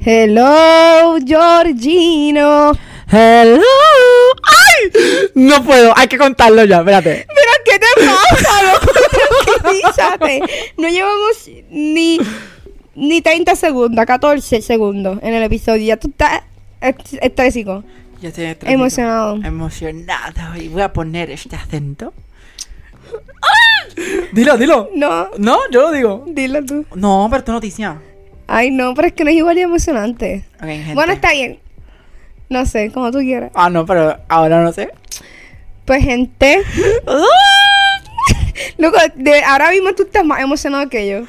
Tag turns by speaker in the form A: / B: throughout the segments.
A: Hello, Georgino.
B: Hello. ¡Ay! No puedo, hay que contarlo ya, espérate.
A: Mira, ¿qué te pasa, loco? Tranquilízate. No llevamos ni, ni 30 segundos, 14 segundos en el episodio. Ya tú estás est- estrésico.
B: Yo estoy tranquilo.
A: Emocionado.
B: Emocionada. Y voy a poner este acento. ¡Ay! Dilo, dilo.
A: No,
B: No, yo lo digo.
A: dilo tú.
B: No, pero tu noticia.
A: Ay, no, pero es que no es igual de emocionante.
B: Ok, gente.
A: Bueno, está bien. No sé, como tú quieras.
B: Ah, no, pero ahora no sé.
A: Pues, gente. Loco, de- ahora mismo tú estás más emocionado que yo.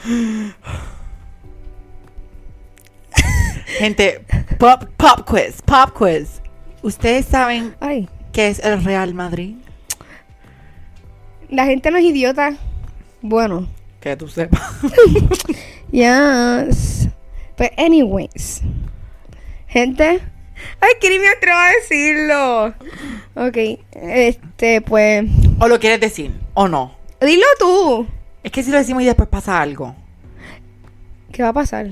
B: Gente, pop, pop quiz, pop quiz. ¿Ustedes saben
A: Ay,
B: qué es el Real Madrid?
A: la gente no es idiota. Bueno.
B: Que tú sepas.
A: Yes. But anyways. Gente. Ay, que ni me atrevo a decirlo. Ok. Este, pues.
B: ¿O lo quieres decir? ¿O no?
A: Dilo tú.
B: Es que si lo decimos y después pasa algo.
A: ¿Qué va a pasar?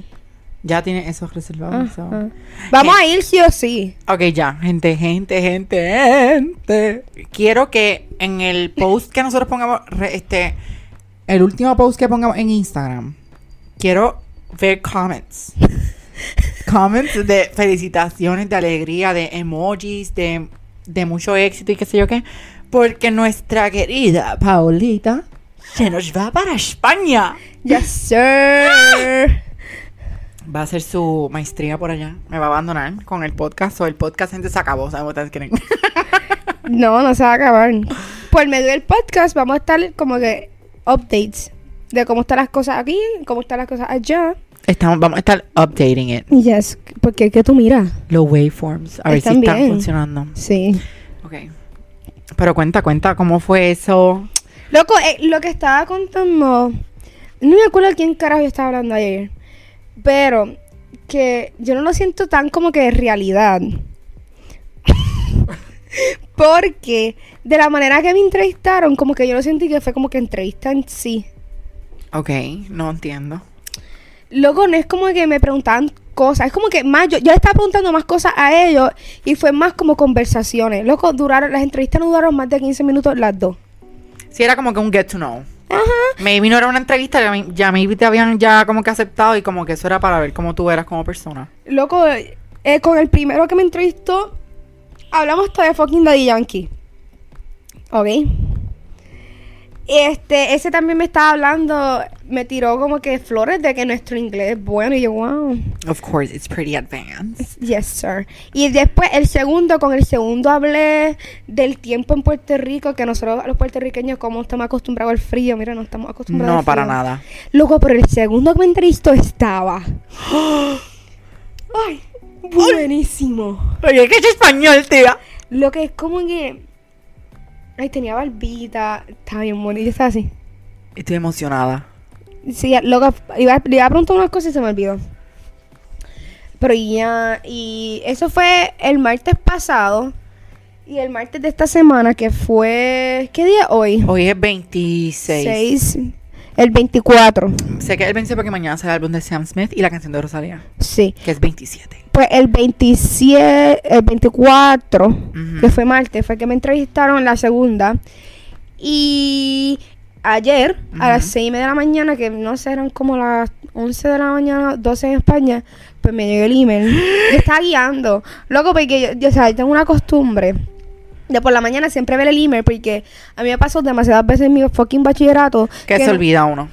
B: Ya tiene eso reservado. so.
A: Ajá. Vamos a ir sí o sí.
B: Ok, ya, gente, gente, gente, gente. Quiero que en el post que nosotros pongamos, re- este, el último post que pongamos en Instagram, quiero ver comments. comments de felicitaciones, de alegría, de emojis, de, de mucho éxito y qué sé yo qué. Porque nuestra querida Paulita se nos va para España.
A: Yes, sir.
B: Va a hacer su maestría por allá. Me va a abandonar con el podcast o el podcast gente se acabó. ¿Saben ustedes creen?
A: No, no se va a acabar. Por medio del podcast vamos a estar como que updates de cómo están las cosas aquí, cómo están las cosas allá.
B: Estamos, vamos a estar updating it.
A: Yes, porque que tú miras.
B: Los waveforms. A ver
A: Están
B: si están
A: bien.
B: funcionando.
A: Sí.
B: Ok. Pero cuenta, cuenta, ¿cómo fue eso?
A: Loco, eh, lo que estaba contando. No me acuerdo a quién carajo yo estaba hablando ayer. Pero que yo no lo siento tan como que de realidad. Porque de la manera que me entrevistaron, como que yo lo sentí que fue como que entrevista en sí.
B: Ok, no entiendo.
A: Loco, no es como que me preguntaban cosas. Es como que más, yo, yo le estaba preguntando más cosas a ellos y fue más como conversaciones. Loco, duraron, las entrevistas no duraron más de 15 minutos las dos.
B: Sí, era como que un get to know. Maybe no era una entrevista, ya me- ya maybe te habían ya como que aceptado y como que eso era para ver cómo tú eras como persona.
A: Loco, eh, con el primero que me entrevistó, hablamos hasta de fucking Daddy Yankee. Ok. Este, ese también me estaba hablando, me tiró como que flores de que nuestro inglés es bueno. Y yo, wow.
B: Of course, it's pretty advanced.
A: Yes, sir. Y después el segundo, con el segundo hablé del tiempo en Puerto Rico, que nosotros los puertorriqueños, como estamos acostumbrados al frío, mira, no estamos acostumbrados.
B: No,
A: al
B: para
A: frío.
B: nada.
A: Loco, pero el segundo que me entrevistó estaba. ¡Ah! ¡Ay! Buenísimo.
B: Oye, que es español, tía.
A: Lo que es como que. Ay, tenía barbita. Estaba bien bonito. Estaba así.
B: Estoy emocionada.
A: Sí, loco, iba, le iba a preguntar unas cosas y se me olvidó. Pero ya, y eso fue el martes pasado. Y el martes de esta semana, que fue. ¿Qué día es hoy?
B: Hoy es 26.
A: Seis. El 24.
B: Sé que es el 26 porque mañana sale el álbum de Sam Smith y la canción de Rosalía,
A: Sí.
B: que es 27.
A: Pues el 27, el 24,
B: Ujú.
A: que fue martes, fue que me entrevistaron la segunda. Y ayer, a las
B: Ujú.
A: 6 y media de la mañana, que no sé, eran como las 11 de la mañana, 12 en España, pues me llegó el email. yo estaba guiando. Loco, porque yo, yo, o sea, yo tengo una costumbre de por la mañana siempre ver el email, porque a mí me pasó demasiadas veces en mi fucking bachillerato.
B: Que se
A: no-
B: olvida uno.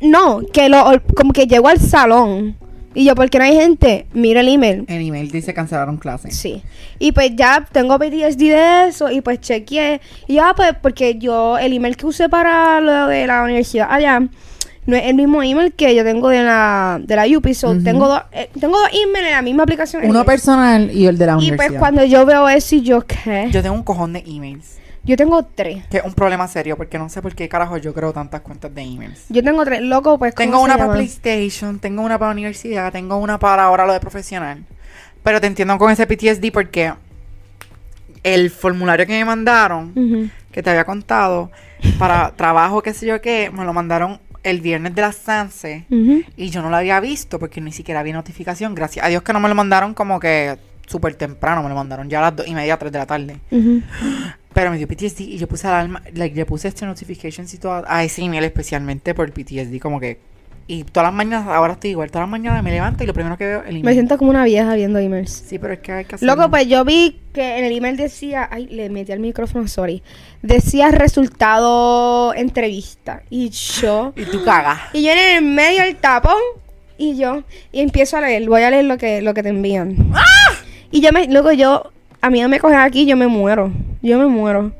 A: No, que lo, ol- como que llego al salón. Y yo, ¿por qué no hay gente? Mira el email.
B: El email dice cancelaron clase.
A: Sí. Y pues ya tengo PTSD de eso y pues chequeé. Y ya pues porque yo el email que usé para lo de la universidad allá no es el mismo email que yo tengo de la de la UPI. So,
B: Ujú.
A: tengo dos eh, tengo dos emails en la misma aplicación.
B: Uno personal y el de la
A: y
B: universidad.
A: pues cuando yo veo eso y yo qué? Yo,
B: Yo tengo un cojón de emails.
A: tengo tres.
B: Que es un problema serio porque no sé por qué carajo yo creo tantas cuentas de emails.
A: Yo tengo tres, loco, pues ¿cómo
B: Tengo
A: se
B: una para
A: llama?
B: PlayStation, tengo una para universidad, tengo una para ahora lo de profesional. Pero te entiendo con ese PTSD porque el formulario que me mandaron,
A: Ujú.
B: que te había contado, para trabajo, qué sé yo qué, me lo mandaron el viernes de las Sanse
A: Ujú.
B: y yo no lo había visto porque ni siquiera vi notificación. Gracias a Dios que no me lo mandaron como que súper temprano, me lo mandaron ya a las dos y media, tres de la tarde.
A: Ujú.
B: Pero me dio PTSD y yo puse alarma, like, le puse este notifications y todo a ese email especialmente por el PTSD, como que. Y todas las mañanas, ahora estoy igual, todas las mañanas me levanto y lo primero que veo el email.
A: Me siento como una vieja viendo emails.
B: Sí, pero es que hay que hacerlo.
A: Loco, pues yo vi que en el email decía, ay, le metí al micrófono, sorry. Decía resultado entrevista. Y yo,
B: Y tú cagas.
A: y yo en el medio del tapón, y yo, y empiezo a leer, voy a leer lo que, lo que te envían. Y yo me, loco, yo, a mí no me cogen aquí, yo me muero. Yo me muero.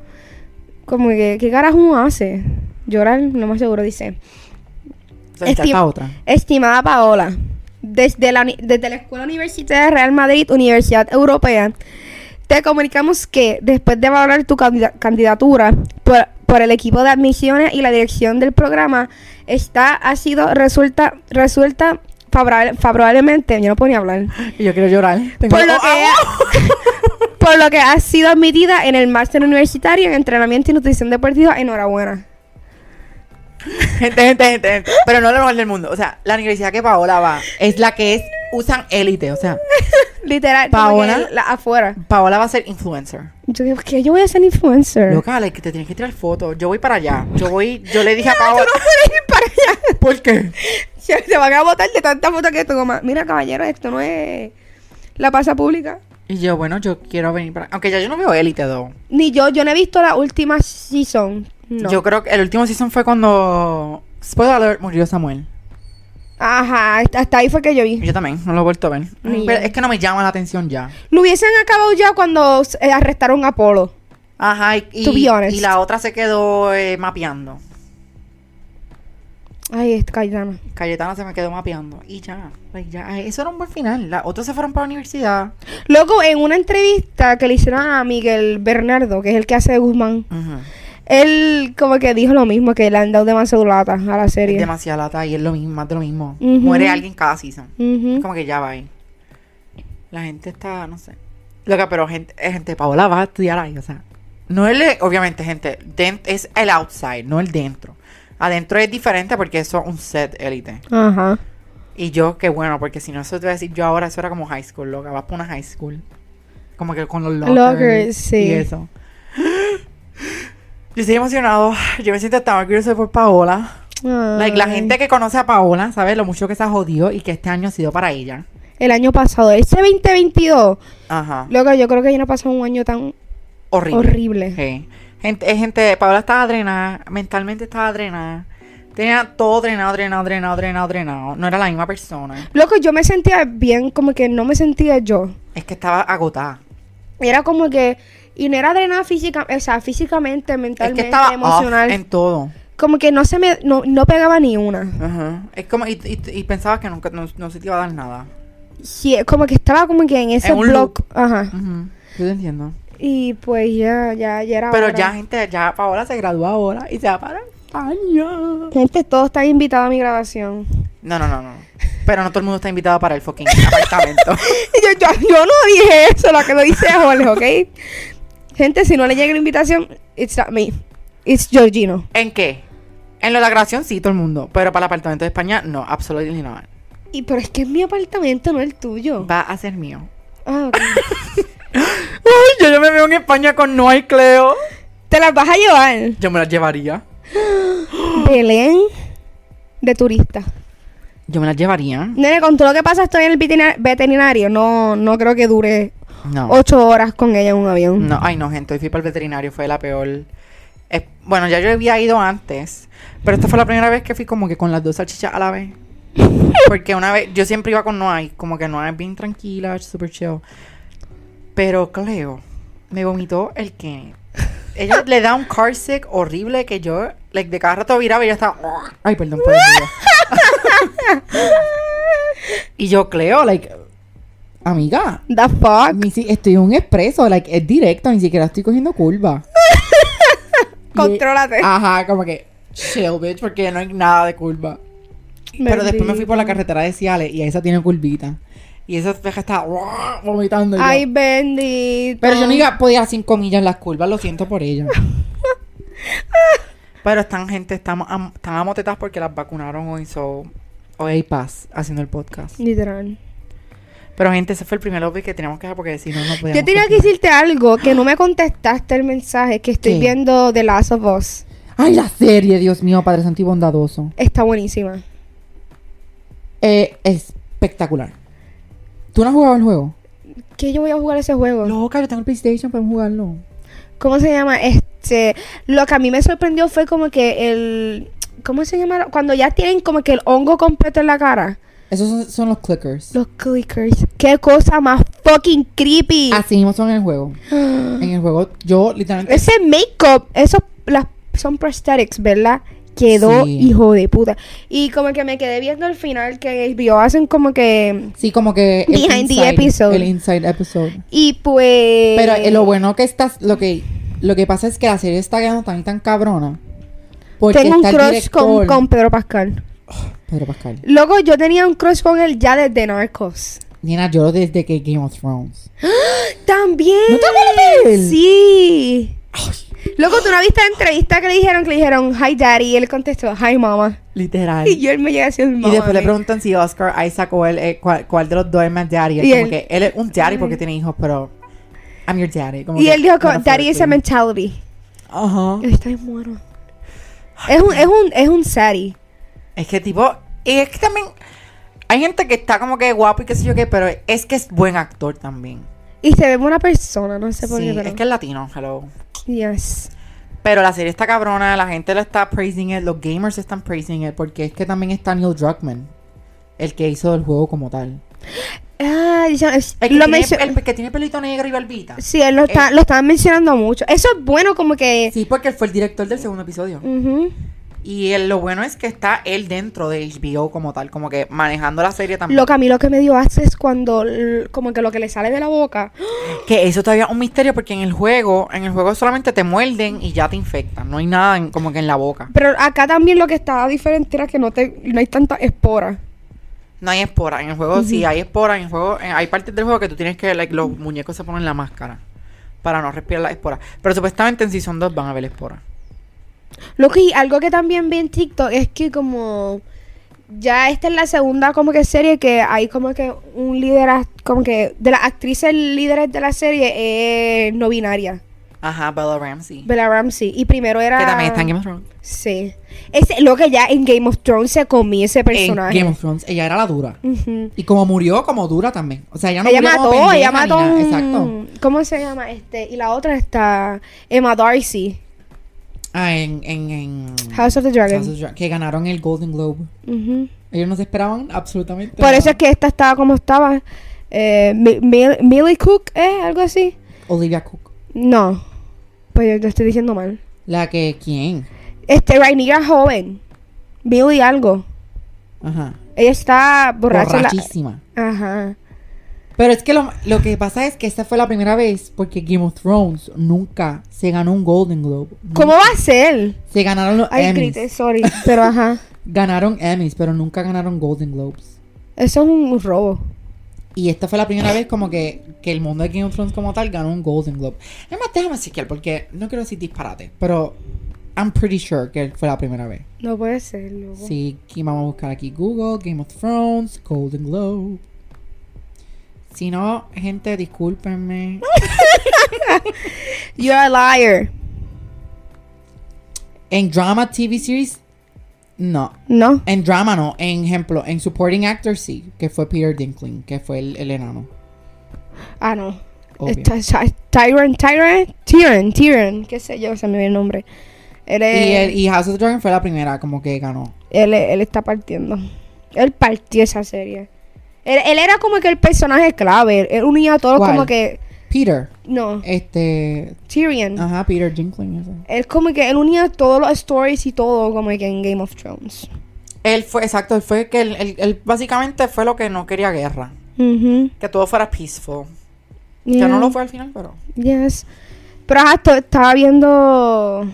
A: Como que, ¿qué carajo uno hace? Llorar, lo más seguro dice.
B: O sea, está
A: Esti-
B: esta otra.
A: Estimada Paola, desde la, uni- desde la Escuela Universitaria de Real Madrid, Universidad Europea, te comunicamos que después de valorar tu candida- candidatura por, por el equipo de admisiones y la dirección del programa, está ha sido resulta, resulta favorable- favorablemente, yo no puedo ni hablar,
B: Y yo quiero llorar. Tengo-
A: por lo,
B: ¡Oh,
A: que
B: ah, oh!
A: ha, por lo que ha sido admitida en el máster universitario en entrenamiento y nutrición deportiva, enhorabuena.
B: Gente, gente, gente, gente. Pero no lo mejor del mundo. O sea, la universidad que Paola va es la que es, usan élite. O sea,
A: Literal, como que
B: Paola.
A: la- afuera.
B: Paola va a ser influencer.
A: Yo digo, ¿qué? Yo voy a ser influencer.
B: Loca, like, te tienes que tirar fotos. Yo voy para allá. Yo voy, yo le dije a Paola.
A: no puedes ir para allá.
B: ¿Por qué?
A: Se, se van a botar de tanta foto que tomas. Mira, caballero, esto no es la pasa pública.
B: Y yo, bueno, yo quiero venir para. Aunque ya yo no veo élite, though.
A: Ni yo, yo no he visto la última season. No.
B: Yo creo que el último season fue cuando. Spoiler alert, murió Samuel.
A: Ajá, hasta, hasta ahí fue que yo vi.
B: Yo también, no lo he vuelto a ver.
A: Ni
B: Pero
A: yo.
B: es que no me llama la atención ya.
A: Lo hubiesen acabado ya cuando eh, arrestaron a Apolo.
B: Ajá, y, y-
A: To be honest.
B: y la otra se quedó eh, mapeando.
A: Ay, este es Cayetana.
B: Cayetana se me quedó mapeando. Y ya, pues ya. Eso era un buen final. Las otras se fueron para la universidad.
A: Luego, en una entrevista que le hicieron a Miguel Bernardo, que es el que hace de Guzmán, él como que dijo lo mismo, que le han dado demasiado lata a la
B: Es
A: serie.
B: demasiada lata y es lo mismo, más de lo mismo.
A: Ujú.
B: Muere alguien cada season.
A: Ujú.
B: Es como que ya va ahí. La gente está, no sé. Loca, pero gente, eh, gente, Paola va a estudiar ahí, o sea. No es, el- obviamente, gente, den- es el outside, no el dentro. Adentro es diferente porque eso es un set élite.
A: Ajá.
B: Y yo, qué bueno, porque si no, eso te voy a decir, yo ahora eso era como high school, loca, vas para una high school. Como que con los lockers,
A: Lockers, sí.
B: y eso. Yo estoy emocionado, yo me siento tan orgulloso por Paola. Like, la
A: Ay.
B: gente que conoce a Paola sabe lo mucho que se ha jodido y que este año ha sido para ella.
A: El año pasado, ese 2022.
B: Ajá.
A: Loco, yo creo que ya no pasó un año tan
B: Horrible.
A: horrible.
B: Sí. Gente, eh, gente, Paola estaba drenada, mentalmente estaba drenada. Tenía todo drenado, drenado, drenado, drenado, drenado. No era la misma persona.
A: Loco, yo me sentía bien, como que no me sentía yo.
B: Es que estaba agotada.
A: Era como que. Y no era drenada física, o sea, físicamente,
B: Es
A: mentalmente,
B: que estaba off
A: emocional.
B: en todo.
A: Como que no se me. No, no pegaba ni una.
B: Ajá. Es como, y, y, y pensabas que nunca, no, no se te iba a dar nada.
A: Sí, es como que estaba como que en ese
B: En un
A: block. Ajá.
B: Ujú. Yo te entiendo.
A: Y pues ya, ya, ya era.
B: Pero
A: hora.
B: ya, gente, ya Paola se gradúa ahora y se va para España.
A: Gente, todos están invitados a mi grabación.
B: No, no, no, no. Pero no todo el mundo está invitado para el fucking apartamento.
A: Yo, yo- yo no dije eso, lo que lo dice es Jorge, ¿ok? Gente, si no le llega la invitación, it's not me. It's Georgino.
B: ¿En qué? En lo de la grabación sí, todo el mundo. Pero para el apartamento de España, no, absolutamente no.
A: Y pero es que es mi apartamento, no el tuyo.
B: Va a ser mío.
A: Ah, ok.
B: Ay, yo, yo me veo en España con No hay Cleo.
A: Te las vas a llevar.
B: Yo me las llevaría.
A: Belén de turista.
B: Yo me las llevaría.
A: Nene, con todo lo que pasa estoy en el veterina- veterinario. No, no creo que dure
B: No.
A: ocho horas con ella en un avión.
B: No, ay no, gente, hoy fui para el veterinario, fue la peor. eh, bueno, ya yo había ido antes, pero esta fue la primera vez que fui como que con las dos salchichas a la vez. Porque una vez, yo siempre iba con Noai, como que Noai es bien tranquila, super chill. Pero Cleo, me vomitó el que Ella le da un car sick horrible que yo, like, de cada rato viraba y ella estaba. Ay, perdón por el ruido. Y yo, Cleo, like, amiga,
A: The fuck.
B: ni si- estoy en un expreso, like, es directo, ni siquiera estoy cogiendo curva. Y-
A: Contrólate.
B: Ajá, como que chill, bitch, porque no hay nada de curva. Pero después me fui por la carretera de Ciales y esa tiene curvita. Y esa vieja está vomitando. y yo,
A: Ay, bendito.
B: Pero yo ni ga- podía 5 millas en las curvas, lo siento por ella. Pero están gente, están, am- están amotetadas porque las vacunaron hoy, so... Hoy hay paz haciendo el podcast.
A: Literal.
B: Pero gente, ese fue el primer lobby que teníamos que dejar porque si no, no podíamos
A: Yo tenía que
B: continuar.
A: decirte algo que no me contestaste el mensaje que estoy
B: ¿Qué?
A: viendo de Last of Us.
B: Ay, la serie, Dios mío, Padre Santo y Bondadoso.
A: Está buenísima.
B: Eh, espectacular. ¿Tú no has jugado el juego?
A: ¿Qué yo voy a jugar ese juego?
B: Loca, yo tengo el PlayStation, podemos jugarlo.
A: ¿Cómo se llama? Este, lo que a mí me sorprendió fue como que el ¿cómo se llama? Cuando ya tienen como que el hongo completo en la cara.
B: Esos son, son los clickers.
A: Los clickers. Qué cosa más fucking creepy.
B: Así mismo son en el juego. En el juego, yo literalmente.
A: Ese make-up, esos las, son prosthetics, ¿verdad? Quedó
B: Sí.
A: hijo de puta. Y como que me quedé viendo el final que HBO hacen como que
B: Sí, como que. el
A: Behind the episode.
B: El inside episode.
A: y pues
B: Pero eh, lo bueno que estás. Lo que, lo que pasa es que la serie está quedando tan y tan cabrona. Porque
A: tengo un
B: está el
A: crush con,
B: director-
A: con Pedro Pascal.
B: Pedro Pascal.
A: Luego yo tenía un crush con él ya desde Narcos.
B: Nina, yo desde que Game of Thrones.
A: También.
B: ¿No te acuerdas de él?
A: Sí. Loco, tú no viste la entrevista que le dijeron, que le dijeron, hi daddy, y él contestó, hi mama.
B: Literal.
A: Y yo él me llega así,
B: Y después le preguntan si Oscar Isaac o él, eh, cuál, cuál de los dos es más daddy. Es
A: Y
B: como
A: él- Mm.
B: que él es un daddy porque tiene hijos, pero. I'm your daddy. como
A: Y
B: que
A: él dijo, como, daddy
B: metaphorically.
A: is a mentality.
B: Ajá.
A: Ay, Está bien bueno. Es un, es un, es un sadie.
B: Es que tipo. Y es que también. Hay gente que está como que guapo y qué sé yo qué, pero es que es buen actor también.
A: Y se ve una persona, no sé por
B: Sí,
A: qué, pero...
B: es que es latino, hello.
A: Yes.
B: Pero la serie está cabrona, la gente lo está praising it, los gamers están praising it, porque es que también está Neil Druckmann, el que hizo el juego como tal.
A: Ah, ya- es-
B: El que,
A: lo
B: tiene,
A: mencio-
B: el que tiene pelito negro y barbita.
A: Sí, él lo, está, lo estaban mencionando mucho. Eso es bueno como que...
B: Eh, Sí, porque él fue el director del segundo episodio.
A: Ujú.
B: Y él- lo bueno es que está él dentro de HBO como tal, como que manejando la serie también.
A: Lo que a mí lo que me dio hace es cuando l- como que lo que le sale de la boca.
B: que eso todavía es un misterio porque en el juego, en el juego solamente te muerden y ya te infectan. No hay nada en- como que en la boca.
A: Pero acá también lo que estaba diferente era que no te no hay tanta espora.
B: No hay espora. En el juego sí hay espora. En el juego en- hay partes del juego que tú tienes que, like, los muñecos se ponen la máscara para no respirar la espora. Pero supuestamente en Season 2 van a ver espora.
A: Lo que y algo que también vi en TikTok es que como ya esta es la segunda como que serie que hay como que un líder como que de las actrices líderes de la serie es no binaria,
B: Ajá, Bella Ramsey.
A: Bella Ramsey y primero era
B: que también está en Game of Thrones.
A: Sí. Ese lo que ya en Game of Thrones se comía ese personaje.
B: En Game of Thrones, ella era la dura.
A: Ujú.
B: Y como murió, como dura también. O sea, ella no
A: ella
B: murió como
A: mató,
B: pendeja
A: ella
B: ni
A: mató.
B: nada.
A: un-
B: Exacto.
A: ¿Cómo se llama? Este, y la otra está Emma Darcy,
B: Ah, en, en, en
A: House of the Dragon.
B: House of Dra- que ganaron el Golden Globe.
A: Ujú.
B: Ellos no se esperaban absolutamente
A: Por
B: nada.
A: eso es que esta estaba como estaba. Eh, Mi- Mi- Millie Cook, ¿eh? Algo así.
B: Olivia Cook.
A: No. Pues yo lo estoy diciendo mal.
B: La que, ¿quién?
A: Este, Rhaenyra joven. Millie algo.
B: Ajá.
A: Ella está borracha. en la-
B: Borrachísima.
A: Ajá.
B: Pero es que lo, lo que pasa es que esta fue la primera vez porque Game of Thrones nunca se ganó un Golden Globe.
A: ¿Cómo va a ser?
B: Se ganaron los
A: Ay,
B: Emmys.
A: grité, sorry. Pero ajá.
B: Ganaron Emmys, pero nunca ganaron Golden Globes.
A: Eso es un robo.
B: Y esta fue la primera vez como que, que el mundo de Game of Thrones como tal ganó un Golden Globe. Es más, déjame chequear porque no quiero decir disparate, pero I'm pretty sure que fue la primera vez.
A: No puede ser, loco.
B: Sí, que vamos a buscar aquí Google, Game of Thrones, Golden Globe. Si no, gente, discúlpenme.
A: You're a liar.
B: En drama TV series, no.
A: No.
B: En drama no. En ejemplo, en supporting actor sí, que fue Peter Dinklage, que fue el, el enano.
A: Ah, no.
B: Obvio.
A: Está- está- Tyrion, Tyrion, Tyrion, Tyrion, qué sé yo, se me viene el nombre. Él, es-
B: Y, el- y House of the Dragon fue la primera como que ganó.
A: él, es- él está partiendo. Él partió esa serie. Él, él era como que el personaje clave. Él unía a todos
B: ¿Cuál?
A: como que...
B: Peter,
A: No,
B: este,
A: Tyrion.
B: ajá, Peter Dinklage. ese.
A: Él como que él unía todos los stories y todo como que en Game of Thrones.
B: Él fue, exacto, él fue que él, él- él básicamente fue lo que no quería guerra.
A: Ujú.
B: Que todo fuera peaceful.
A: Yeah.
B: Que no lo fue al final, pero.
A: Yes. Pero ajá, esto- estaba viendo...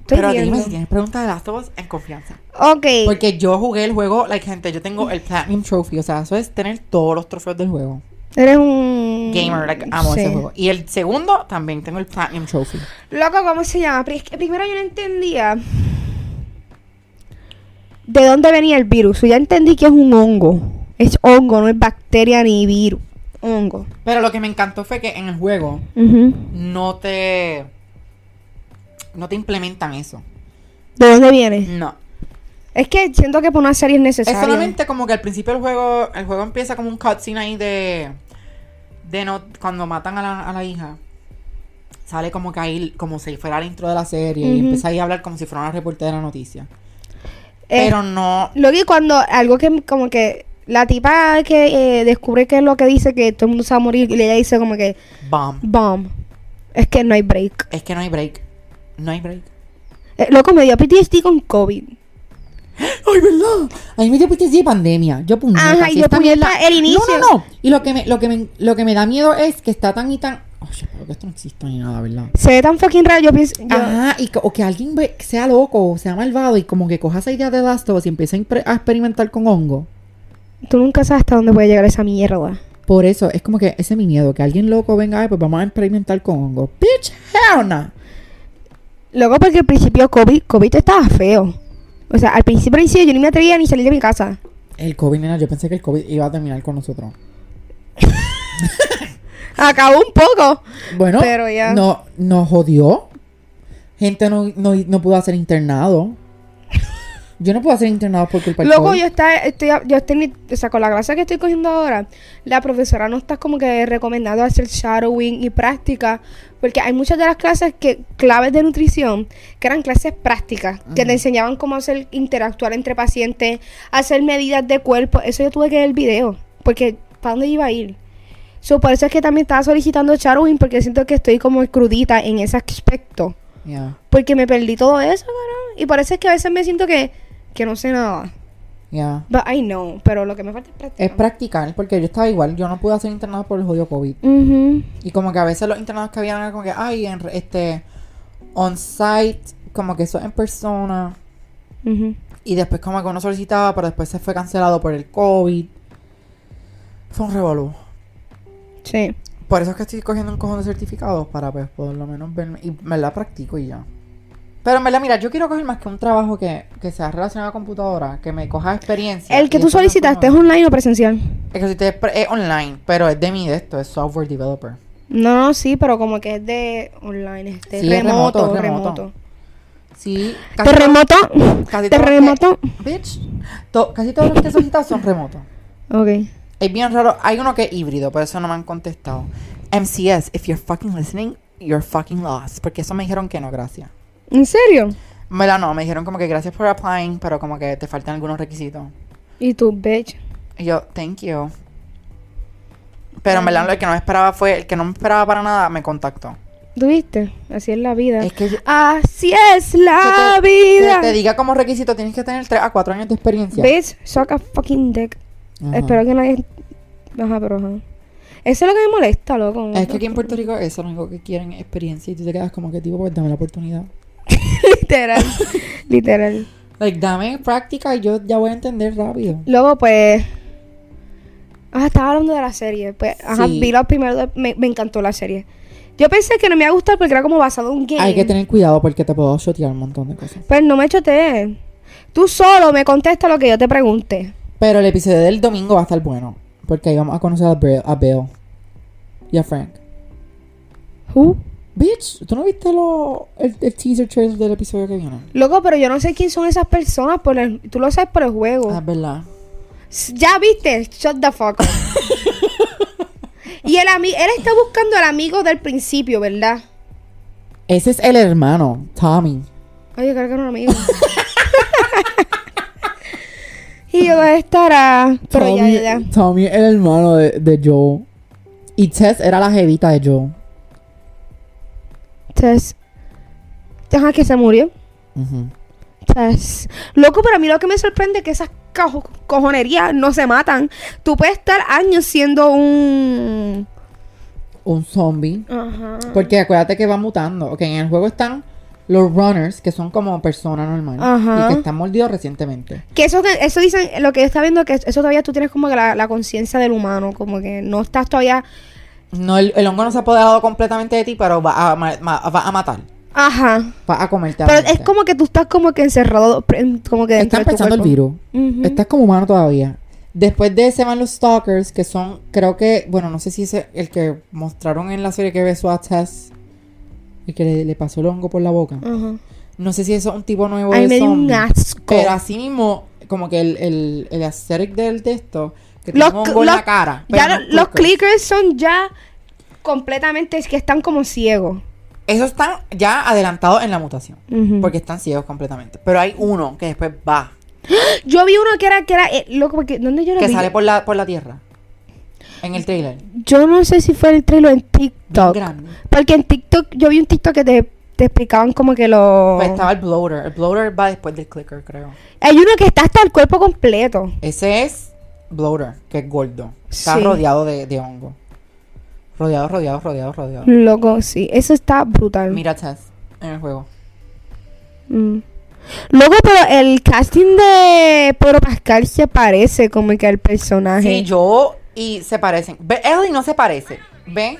A: Estoy
B: pero
A: viendo. Eh,
B: dime si tienes preguntas de Last of Us en confianza.
A: Ok.
B: Porque yo jugué el juego, like, gente, yo tengo el Platinum Trophy. O sea, eso es tener todos los trofeos del juego.
A: Eres un
B: gamer, like, amo ese
A: Mm, sí.
B: juego. Y el segundo también tengo el Platinum Trophy.
A: Loco, ¿cómo se llama? Pero es que primero yo no entendía de dónde venía el virus. Yo ya entendí que es un hongo. Es hongo, no es bacteria ni virus. Hongo.
B: Pero lo que me encantó fue que en el juego no te no te implementan eso.
A: ¿De dónde viene?
B: No.
A: Es que siento que por una serie es
B: Es
A: necesario.
B: solamente como que al principio del juego, el juego empieza como un cutscene ahí de de no cuando matan a la, a la hija. Sale como que ahí como si fuera la intro de la serie y
A: Ujú.
B: empieza ahí a hablar como si fuera una reportera de la noticia.
A: Eh,
B: Pero no
A: Luego y cuando algo que como que la tipa que eh, descubre que es lo que dice que todo el mundo se va a morir y ella dice como que
B: bomb.
A: bomb. Es que no hay break.
B: Es que no hay break. No hay break.
A: Eh, loco, me dio PTSD con COVID.
B: Ay, ¿verdad? A mí me dio PTSD de pandemia. Yo puñeta.
A: Ajá,
B: si
A: y yo
B: esta
A: puñeta,
B: mierda-
A: el inicio.
B: No, no, no. Y lo que me, lo que me, lo que me da miedo es que está tan y tan... Oye, espero que esto no exista ni nada, ¿verdad?
A: Se ve tan fucking raro, yo pienso... yo-
B: Ajá, y que- o que alguien ve- que sea loco o sea malvado y como que coja esa idea de Last of Us y empiece a, impre- a experimentar con hongo.
A: Tú nunca sabes hasta dónde puede llegar esa mierda.
B: Por eso, es como que ese es mi miedo, que alguien loco venga, ay, pues vamos a experimentar con hongo. Bitch, hell no.
A: Luego porque al principio COVID, COVID estaba feo. O sea, al principio, al principio yo ni me atrevía ni salir de mi casa.
B: El COVID, nena, yo pensé que el COVID iba a terminar con nosotros.
A: Acabó un poco.
B: Bueno,
A: Pero ya.
B: No, nos jodió. Gente no, no, no pudo hacer internado. Yo no puedo hacer internado por culpa del
A: Luego
B: COVID.
A: yo está, estoy, yo estoy, ni- o sea, con la clase que estoy cogiendo ahora, la profesora no está como que recomendando hacer shadowing y práctica, porque hay muchas de las clases que, claves de nutrición, que eran clases prácticas, que te enseñaban cómo hacer, interactuar entre pacientes, hacer medidas de cuerpo, eso yo tuve que ver el video, porque ¿para dónde iba a ir? So, por eso es que también estaba solicitando shadowing, porque siento que estoy como crudita en ese aspecto,
B: Ya,
A: porque me perdí todo eso, cabrón, y por eso es que a veces me siento que, que no sé nada.
B: ya.
A: But I know, pero lo que me falta es práctica.
B: Es practicar, porque yo estaba igual. Yo no pude hacer internado por el jodido COVID.
A: Ujú.
B: Y como que a veces los internados que habían era como que, ay, en, re- este, on-site, como que eso en persona.
A: Ujú.
B: Y después como que uno solicitaba, pero después se fue cancelado por el COVID. Fue un revolú.
A: Sí.
B: Por eso es que estoy cogiendo un cojón de certificados para pues por lo menos verme. Y me la practico y ya. Pero en verdad, mira, yo quiero coger más que un trabajo que, que sea relacionado a computadora, que me coja experiencia.
A: ¿El que
B: y
A: tú
B: después me
A: solicitaste es
B: ponga-
A: online o presencial?
B: Es que si te- es online, pero es de mí de esto, es software developer.
A: No, no, sí, pero como que es de online, este,
B: Sí, es
A: remoto,
B: remoto, es remoto.
A: remoto.
B: Sí. casi todo-
A: ¿Terremoto?
B: casi todo lo que-
A: ¿Terremoto?
B: Bitch. to- casi todos los que he solicitado son remotos.
A: Ok.
B: Es bien raro. Hay uno que es híbrido, pero eso no me han contestado. MCS, if you're fucking listening, you're fucking lost. Porque eso me dijeron que no, gracias.
A: ¿En serio?
B: Me la no, me dijeron como que gracias por applying, pero como que te faltan algunos requisitos.
A: ¿Y tú, bitch?
B: Y yo, thank you. Pero en verdad, el que no me esperaba fue, el que no me esperaba para nada, me contactó.
A: ¿Tuviste? Así es la vida.
B: Es que yo-
A: Así es la
B: que te-
A: Ah, vida.
B: Que te diga como requisito, tienes que tener 3 a 4 años de experiencia.
A: bitch, suck a fucking dick.
B: Ajá.
A: Espero que nadie... Ajá, pero ajá. Eso es lo que me molesta, loco.
B: Es que aquí en Puerto Rico eso lo único que quieren es experiencia y tú te quedas como que tipo, pues dame la oportunidad.
A: Literal. Literal.
B: Like, dame práctica y yo ya voy a entender rápido.
A: Luego, pues. Ah, estaba hablando de la serie. Pues, ajá,
B: Sí.
A: vi los primeros. dos- Me, me encantó la serie. Yo pensé que no me iba a gustar porque era como basado en un game.
B: Hay que tener cuidado porque te puedo shotear un montón de cosas.
A: Pues no me chotees. Tú solo me contestas lo que yo te pregunte.
B: Pero el episodio del domingo va a estar bueno. Porque ahí vamos a conocer a, Bre- a Bill y a Frank.
A: ¿Who?
B: Bitch, ¿tú no viste lo, el, el teaser trailer del episodio que viene?
A: Loco, pero yo no sé quién son esas personas. Por el, tú lo sabes por el juego.
B: Ah, es verdad.
A: S- Ya viste. Shut the fuck up. y el ami- él está buscando al amigo del principio, ¿verdad?
B: Ese es el hermano, Tommy.
A: Ay, yo creo que era un amigo. y yo, ¿dónde estará? Pero ya,
B: Tommy,
A: ya, ya.
B: Tommy es el hermano de, de Joe. Y Tess era la jevita de Joe.
A: Entonces, ajá, que se murió.
B: Ujú.
A: Entonces, loco, para mí lo que me sorprende es que esas cajo- cojonerías no se matan. Tú puedes estar años siendo un...
B: Un zombie.
A: Ajá.
B: Porque acuérdate que va mutando. Ok, en el juego están los runners, que son como personas normales.
A: Ajá.
B: Y que están mordidos recientemente.
A: Que eso, que eso dicen, lo que está viendo, que eso todavía tú tienes como que la, la conciencia del humano, como que no estás todavía
B: No, el, el hongo no se ha apoderado completamente de ti, pero va a, ma- ma- va a matar.
A: Ajá.
B: Va a comerte a
A: Pero
B: gente.
A: es como que tú estás como que encerrado, pre- como que dentro
B: Estás
A: de tu
B: pensando el
A: cuerpo.
B: virus.
A: Ujú.
B: Estás como humano todavía. Después de ese van los stalkers, que son, creo que, bueno, no sé si es el que mostraron en la serie que besó a Tess y que le, le pasó el hongo por la boca.
A: Ajá.
B: No sé si eso es un tipo nuevo
A: Ay,
B: de
A: Mm. me dio un
B: zombie.
A: asco.
B: Pero así mismo, como que el, el, el aesthetic del texto, que
A: Los
B: tiene un hongo en
A: cl-
B: la cara. pero
A: ya
B: no
A: lo- los
B: clickers.
A: clickers son ya completamente, es que están como ciegos.
B: Esos están ya adelantados en la mutación.
A: Ujú.
B: Porque están ciegos completamente. Pero hay uno que después va,
A: Yo vi uno que era, que era, eh, loco, porque, ¿dónde yo lo
B: que
A: vi?
B: sale por la, por la tierra. En el trailer. Bien
A: Yo no sé si fue el trailer o en TikTok.
B: grande.
A: Porque en TikTok, yo vi un TikTok que te, te explicaban como que lo...
B: Pues estaba el bloater. El bloater va después del clicker, creo.
A: Hay uno que está hasta el cuerpo completo.
B: Ese es bloater, que es gordo. Está
A: Sí.
B: rodeado de, de hongo. Rodeado, rodeado, rodeado, rodeado.
A: Loco, sí. Eso está brutal.
B: Mira Tess en el juego.
A: Mm. Loco, pero el casting de Pedro Pascal se parece como que al personaje.
B: Sí, yo y se parecen. Ve, Ellie no se parece. ¿Ve?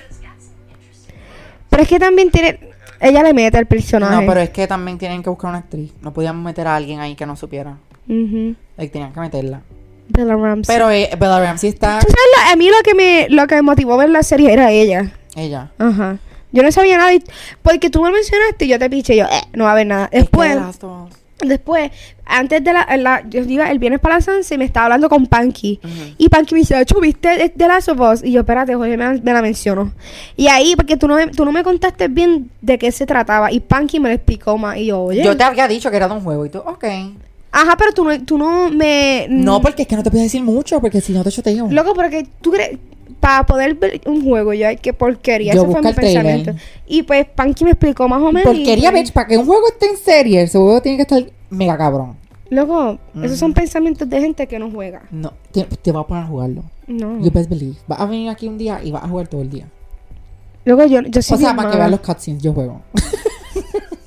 A: Pero es que también tiene... Ella le mete al personaje.
B: No, pero es que también tienen que buscar una actriz. No podíamos meter a alguien ahí que no supiera.
A: Ujú.
B: Like, tenían que meterla.
A: Bella Ramsey.
B: Pero eh, Bella Ramsey está.
A: Tú sabes, lo- a mí lo que me lo que me motivó a ver la serie era ella.
B: Ella.
A: Ajá. Yo no sabía nada. y- porque tú me mencionaste y yo te piché. Yo, eh, no va a haber nada.
B: Es que
A: Después,
B: de Last of Us.
A: después, antes de la, la- Yo iba el viernes para la Sanse y me estaba hablando con Panky.
B: Ujú.
A: Y Panky me dice, "Chu, ¿viste de, de Last of Us?" Y yo, espérate, Jorge, me, la- me la mencionó. Y ahí, porque tú no, me- tú no me contaste bien de qué se trataba. Y Panky me lo explicó más. Y yo, oye.
B: Yo te había dicho que era de un juego y tú, ok.
A: Ajá, pero tú no, tú no me.
B: No, porque es que no te puedo decir mucho, porque si no te choteo.
A: Loco, porque tú crees. Para poder ver un juego, yo, ay, qué porquería.
B: Yo
A: Ese fue
B: busqué
A: mi
B: el trailer.
A: pensamiento. Y pues, Panky me explicó más o menos. y,
B: Porquería,
A: pues,
B: bitch, para que un juego esté en serie, ese juego tiene que estar mega cabrón.
A: Loco,
B: Mm.
A: esos son pensamientos de gente que no juega.
B: No, te, te va a poner a jugarlo.
A: No.
B: You best believe. Vas a venir aquí un día y vas a jugar todo el día.
A: Loco, yo, yo soy
B: o sea,
A: bien
B: para que
A: mala.
B: veas los cutscenes, yo juego.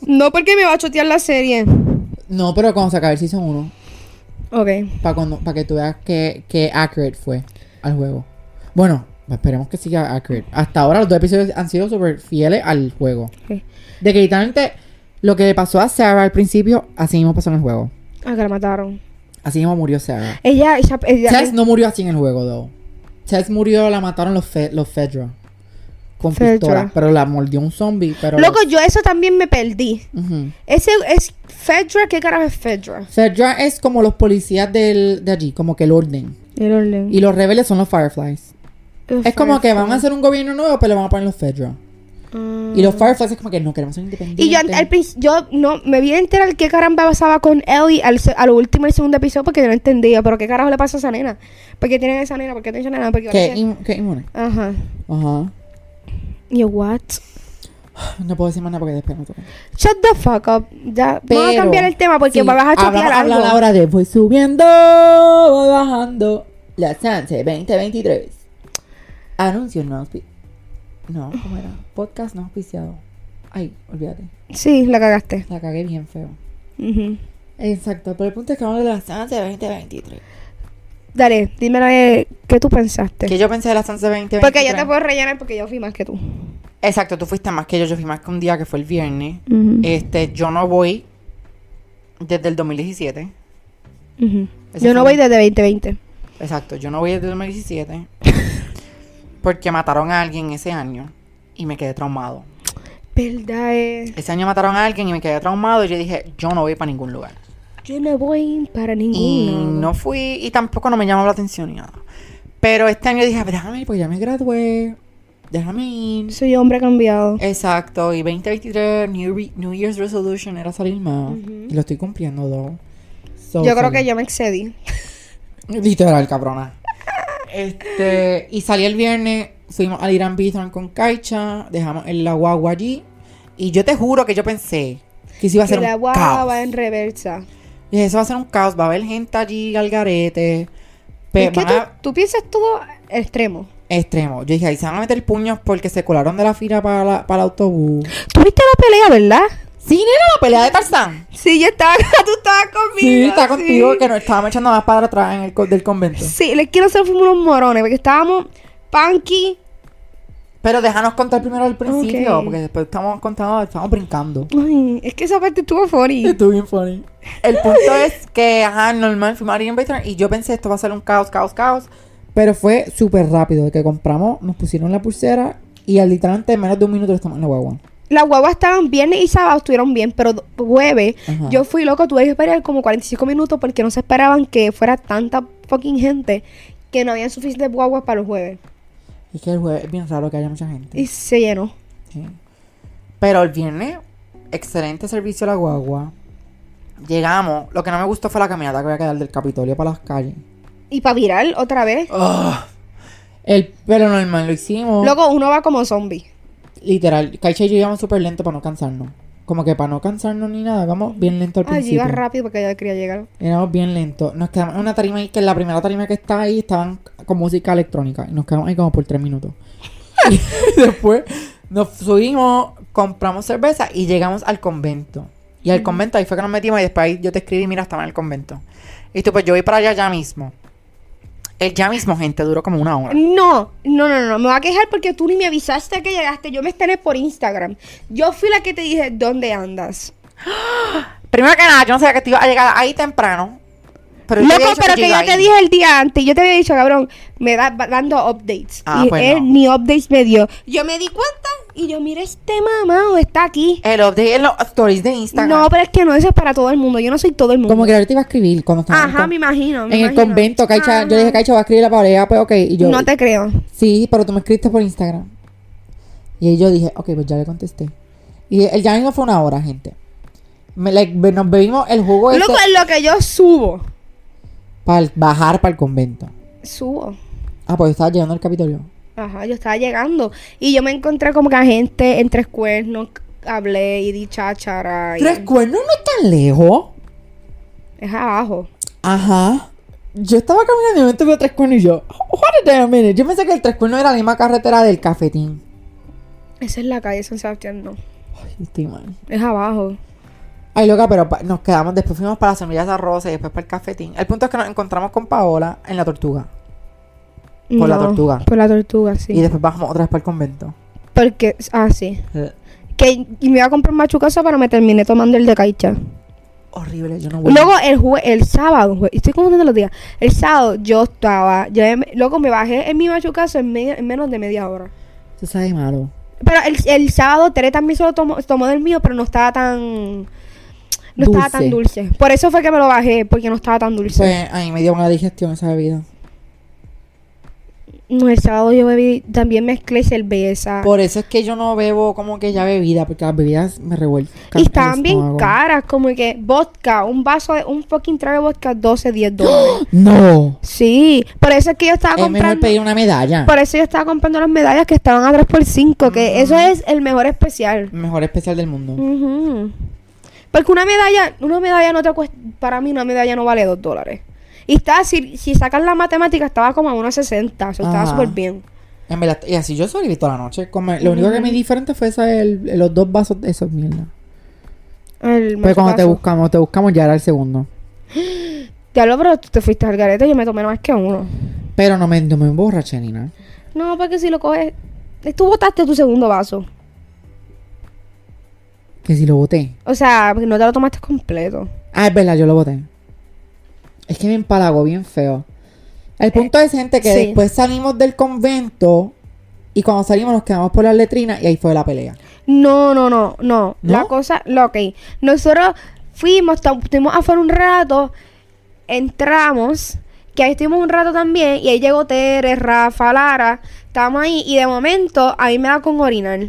A: No porque me va a chotear la serie.
B: no, pero cuando se acabe el season 1,
A: Ok.
B: para para que tú veas qué, qué accurate fue al juego. Bueno, esperemos que siga accurate. Hasta ahora los dos episodios han sido súper fieles al juego.
A: Ok.
B: De que literalmente lo que le pasó a Sarah al principio, así mismo pasó en el juego.
A: Ah, que la mataron.
B: Así mismo murió Sarah.
A: Ella, ella, ella-
B: Tess no murió así en el juego, though. Tess murió, la mataron los, fe los Fedra. Con
A: Fedra.
B: pistola. Pero la mordió un zombie. Pero
A: Loco, yo eso también me perdí.
B: Ujú.
A: Ese es Fedra, ¿qué carajo es Fedra?
B: Fedra es como los policías del, de allí, como que el orden.
A: El orden.
B: Y los rebeldes son los Fireflies. Es como que van a hacer un gobierno nuevo, pero le van a poner los Fedra.
A: Ah.
B: Y los Fireflies es como que no queremos ser independientes.
A: Mm. Y yo, al principio, yo no, me vi a enterar qué caramba pasaba con Ellie al, se- al último y segundo episodio porque yo no entendía, pero qué carajo le pasó a esa nena. ¿Por qué tienen a esa nena? ¿Por qué tienen a esa nena? Porque
B: ¿Qué, in- qué inmune?
A: Ajá.
B: Ajá.
A: Y yo, what?
B: No puedo decir más nada porque después no toca.
A: Shut the fuck up. Ya, vamos a
B: Pero-
A: cambiar el tema porque
B: sí,
A: me vas a
B: habla-
A: chotear
B: habla
A: algo.
B: ahora de voy subiendo, voy bajando. La Sanse 2023. Anuncio no auspi- No, ¿cómo era? Podcast no auspiciado. Ay, olvídate.
A: Sí, la cagaste.
B: La cagué bien feo.
A: Ujú.
B: Exacto, pero el punto es que vamos de la Sanse 2023.
A: Dale, dímelo eh, qué tú pensaste.
B: Que yo pensé de la Sanse 2023.
A: Porque yo te puedo rellenar porque yo fui más que tú.
B: Exacto, tú fuiste más que yo. Yo fui más que un día que fue el viernes. Este, yo no voy desde el 2017.
A: Ujú.
B: Ese
A: Yo no
B: fue
A: voy
B: mi-
A: desde 2020.
B: Exacto, yo no voy desde 2017 porque mataron a alguien ese año y me quedé traumado.
A: Verdad eh, es.
B: Ese año mataron a alguien y me quedé traumado y yo dije, yo no voy para ningún lugar.
A: Yo no voy para
B: Y
A: ningún
B: no
A: lado.
B: fui y tampoco no me llamó la atención ni nada. Pero este año dije, déjame ir porque ya me gradué, déjame ir.
A: Soy hombre cambiado.
B: Exacto, y 2023, New, Re- New Year's Resolution era salir más. Y lo estoy cumpliendo, though. So
A: Yo creo
B: sorry.
A: que yo me excedí.
B: Literal, cabrona. Este, y salí el viernes, fuimos al Irán Bithorn con Caicha, dejamos el la guagua allí. Y yo te juro que yo pensé que eso iba a
A: Que
B: ser
A: la
B: un
A: guagua
B: caos.
A: va en reversa.
B: Dije, eso va a ser un caos, va a haber gente allí al garete. Pero
A: es que tú, tú piensas todo extremo.
B: extremo. Yo dije, ahí se van a meter puños porque se colaron de la fila para, la- para el autobús.
A: Tuviste la pelea, ¿verdad?
B: Sí, era la pelea de Tarzán.
A: Sí, yo estaba, tú estabas conmigo.
B: Sí, está contigo que nos estábamos echando más para atrás en el co- del convento.
A: Sí, les quiero ser fuimos unos morones, porque estábamos Panky,
B: Pero déjanos contar primero el principio,
A: Ok.
B: porque después estamos contando, estamos brincando.
A: Ay, es que esa parte estuvo funny.
B: Estuvo bien funny. El punto es que, ajá, normal, fuimos a Arena Baker y yo pensé esto va a ser un caos, caos, caos. Pero fue súper rápido. de que compramos, nos pusieron la pulsera y al literalmente en menos de un minuto estamos en la guagua.
A: Las guaguas estaban viernes y sábado estuvieron bien, pero do- jueves
B: Ajá.
A: yo fui loco, tuve que esperar como 45 minutos porque no se esperaban que fuera tanta fucking gente que no habían suficientes guaguas para los jueves.
B: Es que el jueves es bien raro que haya mucha gente.
A: Y se llenó.
B: Sí. Pero el viernes, excelente servicio a la guagua. Llegamos. Lo que no me gustó fue la caminata que voy a quedar del Capitolio para las calles.
A: Y para virar otra vez,
B: Ugh. El pelo normal lo hicimos.
A: loco, uno va como zombie.
B: Literal, Caixa y yo íbamos súper lento para no cansarnos. Como que para no cansarnos ni nada, vamos bien lento al
A: Ay, yo
B: principio.
A: iba rápido porque ya quería llegar.
B: Éramos bien lentos. Nos quedamos en una tarima ahí, que en la primera tarima que está ahí estaban con música electrónica. Y nos quedamos ahí como por tres minutos. y después nos subimos, compramos cerveza y llegamos al convento. Y al convento ahí fue que nos metimos y después ahí yo te escribí, mira, estaba en el convento. Y tú, pues yo voy para allá ya mismo. El ya mismo, gente, duró como una hora.
A: No, no, no, no, me va a quejar porque tú ni me avisaste que llegaste. Yo me estaré por Instagram. Yo fui la que te dije, ¿dónde andas?
B: Primero que nada, yo no sabía que te iba a llegar ahí temprano. Pero yo te
A: Loco,
B: había dicho
A: pero que
B: iba
A: yo te
B: ahí.
A: dije el día antes, yo te había dicho, cabrón, me va va dando updates.
B: Ah,
A: y
B: pues
A: él
B: no.
A: ni updates me dio. Yo me di cuenta y yo, mira, este mamado está aquí.
B: El update en los stories de Instagram.
A: No, pero es que no, eso es para todo el mundo. Yo no soy todo el mundo.
B: Como que ahorita iba a escribir cuando estaba en el
A: Ajá,
B: con-
A: me imagino.
B: en
A: me
B: el
A: imagino.
B: convento. Caicha, yo
A: Ajá.
B: le dije, Caicha, va a escribir la pareja, pues ok. Y yo,
A: No te creo.
B: sí, pero tú me escribiste por Instagram. Y ahí yo dije, ok, pues ya le contesté. Y el ya mismo fue una hora, gente. Me- like, be- nos bebimos el jugo ese
A: Loco, es lo que yo subo.
B: para bajar para el convento.
A: Subo.
B: Ah, pues yo estaba llegando al Capitolio.
A: Ajá, yo estaba llegando. Y yo me encontré como que a gente en tres cuernos. Hablé y di cháchara. y-
B: Tres cuernos no es tan lejos.
A: Es abajo.
B: Ajá. Yo estaba caminando y de momento veo tres cuernos y yo, what a minute. Yo pensé que el tres cuernos era la misma carretera del cafetín.
A: Esa es la calle San Sebastián, no.
B: Ay, estoy mal.
A: Es abajo.
B: Ay, loca, pero pa- nos quedamos, después fuimos para las semillas de arroz y después para el cafetín. El punto es que nos encontramos con Paola en la tortuga. Por la tortuga.
A: Por la tortuga, sí.
B: Y después bajamos otra vez para el convento.
A: Porque, ah, sí. Que y me iba a comprar un machucazo, pero me terminé tomando el de caicha.
B: Horrible, yo no vuelvo.
A: Luego el jue- el sábado, jue- estoy confundiendo los días. El sábado yo estaba, yo em- loco me bajé en mi machucazo en, media- en menos de media hora.
B: Eso sabe malo.
A: Pero el, el sábado Tere también solo tomó, tomó del mío, pero no estaba tan no estaba tan dulce. Por eso fue que me lo bajé, porque no estaba tan dulce.
B: Pues, ay, me dio una digestión esa bebida.
A: No, el sábado yo bebí, también mezclé cerveza.
B: Por eso es que yo no bebo como que ya bebida, porque las bebidas me revuelven.
A: y estaban
B: el
A: bien
B: estómago.
A: caras, como que vodka, un vaso de, un fucking trago de vodka, 12, 10 dólares.
B: No.
A: Sí, por eso es que yo estaba
B: Es mejor
A: comprando.
B: pedir una medalla.
A: Por eso yo estaba comprando las medallas que estaban a 3x5, que eso es el mejor especial.
B: Mejor especial del mundo.
A: Ujú. Porque una medalla, una medalla no te cuesta, para mí una medalla no vale 2 dólares. Y estaba, si, si sacan la matemática, estaba como a 1.60, eso estaba
B: Ajá.
A: súper bien.
B: En verdad, y así yo sobreviví toda la noche. Como- lo único que me di diferente fue esa, el- los dos vasos de esos, mierda.
A: El
B: Pero cuando te
A: machucazo.
B: buscamos, te buscamos ya era el segundo.
A: Diablo, pero tú te fuiste al garete, yo me tomé más que uno.
B: Pero no me, no me emborraché ni nada.
A: No, porque si lo coges, tú botaste tu segundo vaso.
B: Que si lo boté.
A: O sea, porque no te lo tomaste completo.
B: Ah, es verdad, yo lo boté. Es que me empalagó bien feo. El punto es, gente, que
A: sí.
B: después salimos del convento y cuando salimos nos quedamos por las letrinas y ahí fue la pelea.
A: No, no, no, no.
B: ¿No?
A: La cosa, lo ok. Nosotros fuimos, tam- estuvimos afuera un rato, entramos, que ahí estuvimos un rato también, y ahí llegó Tere, Rafa, Lara, estábamos ahí, y de momento a mí me da con orinar.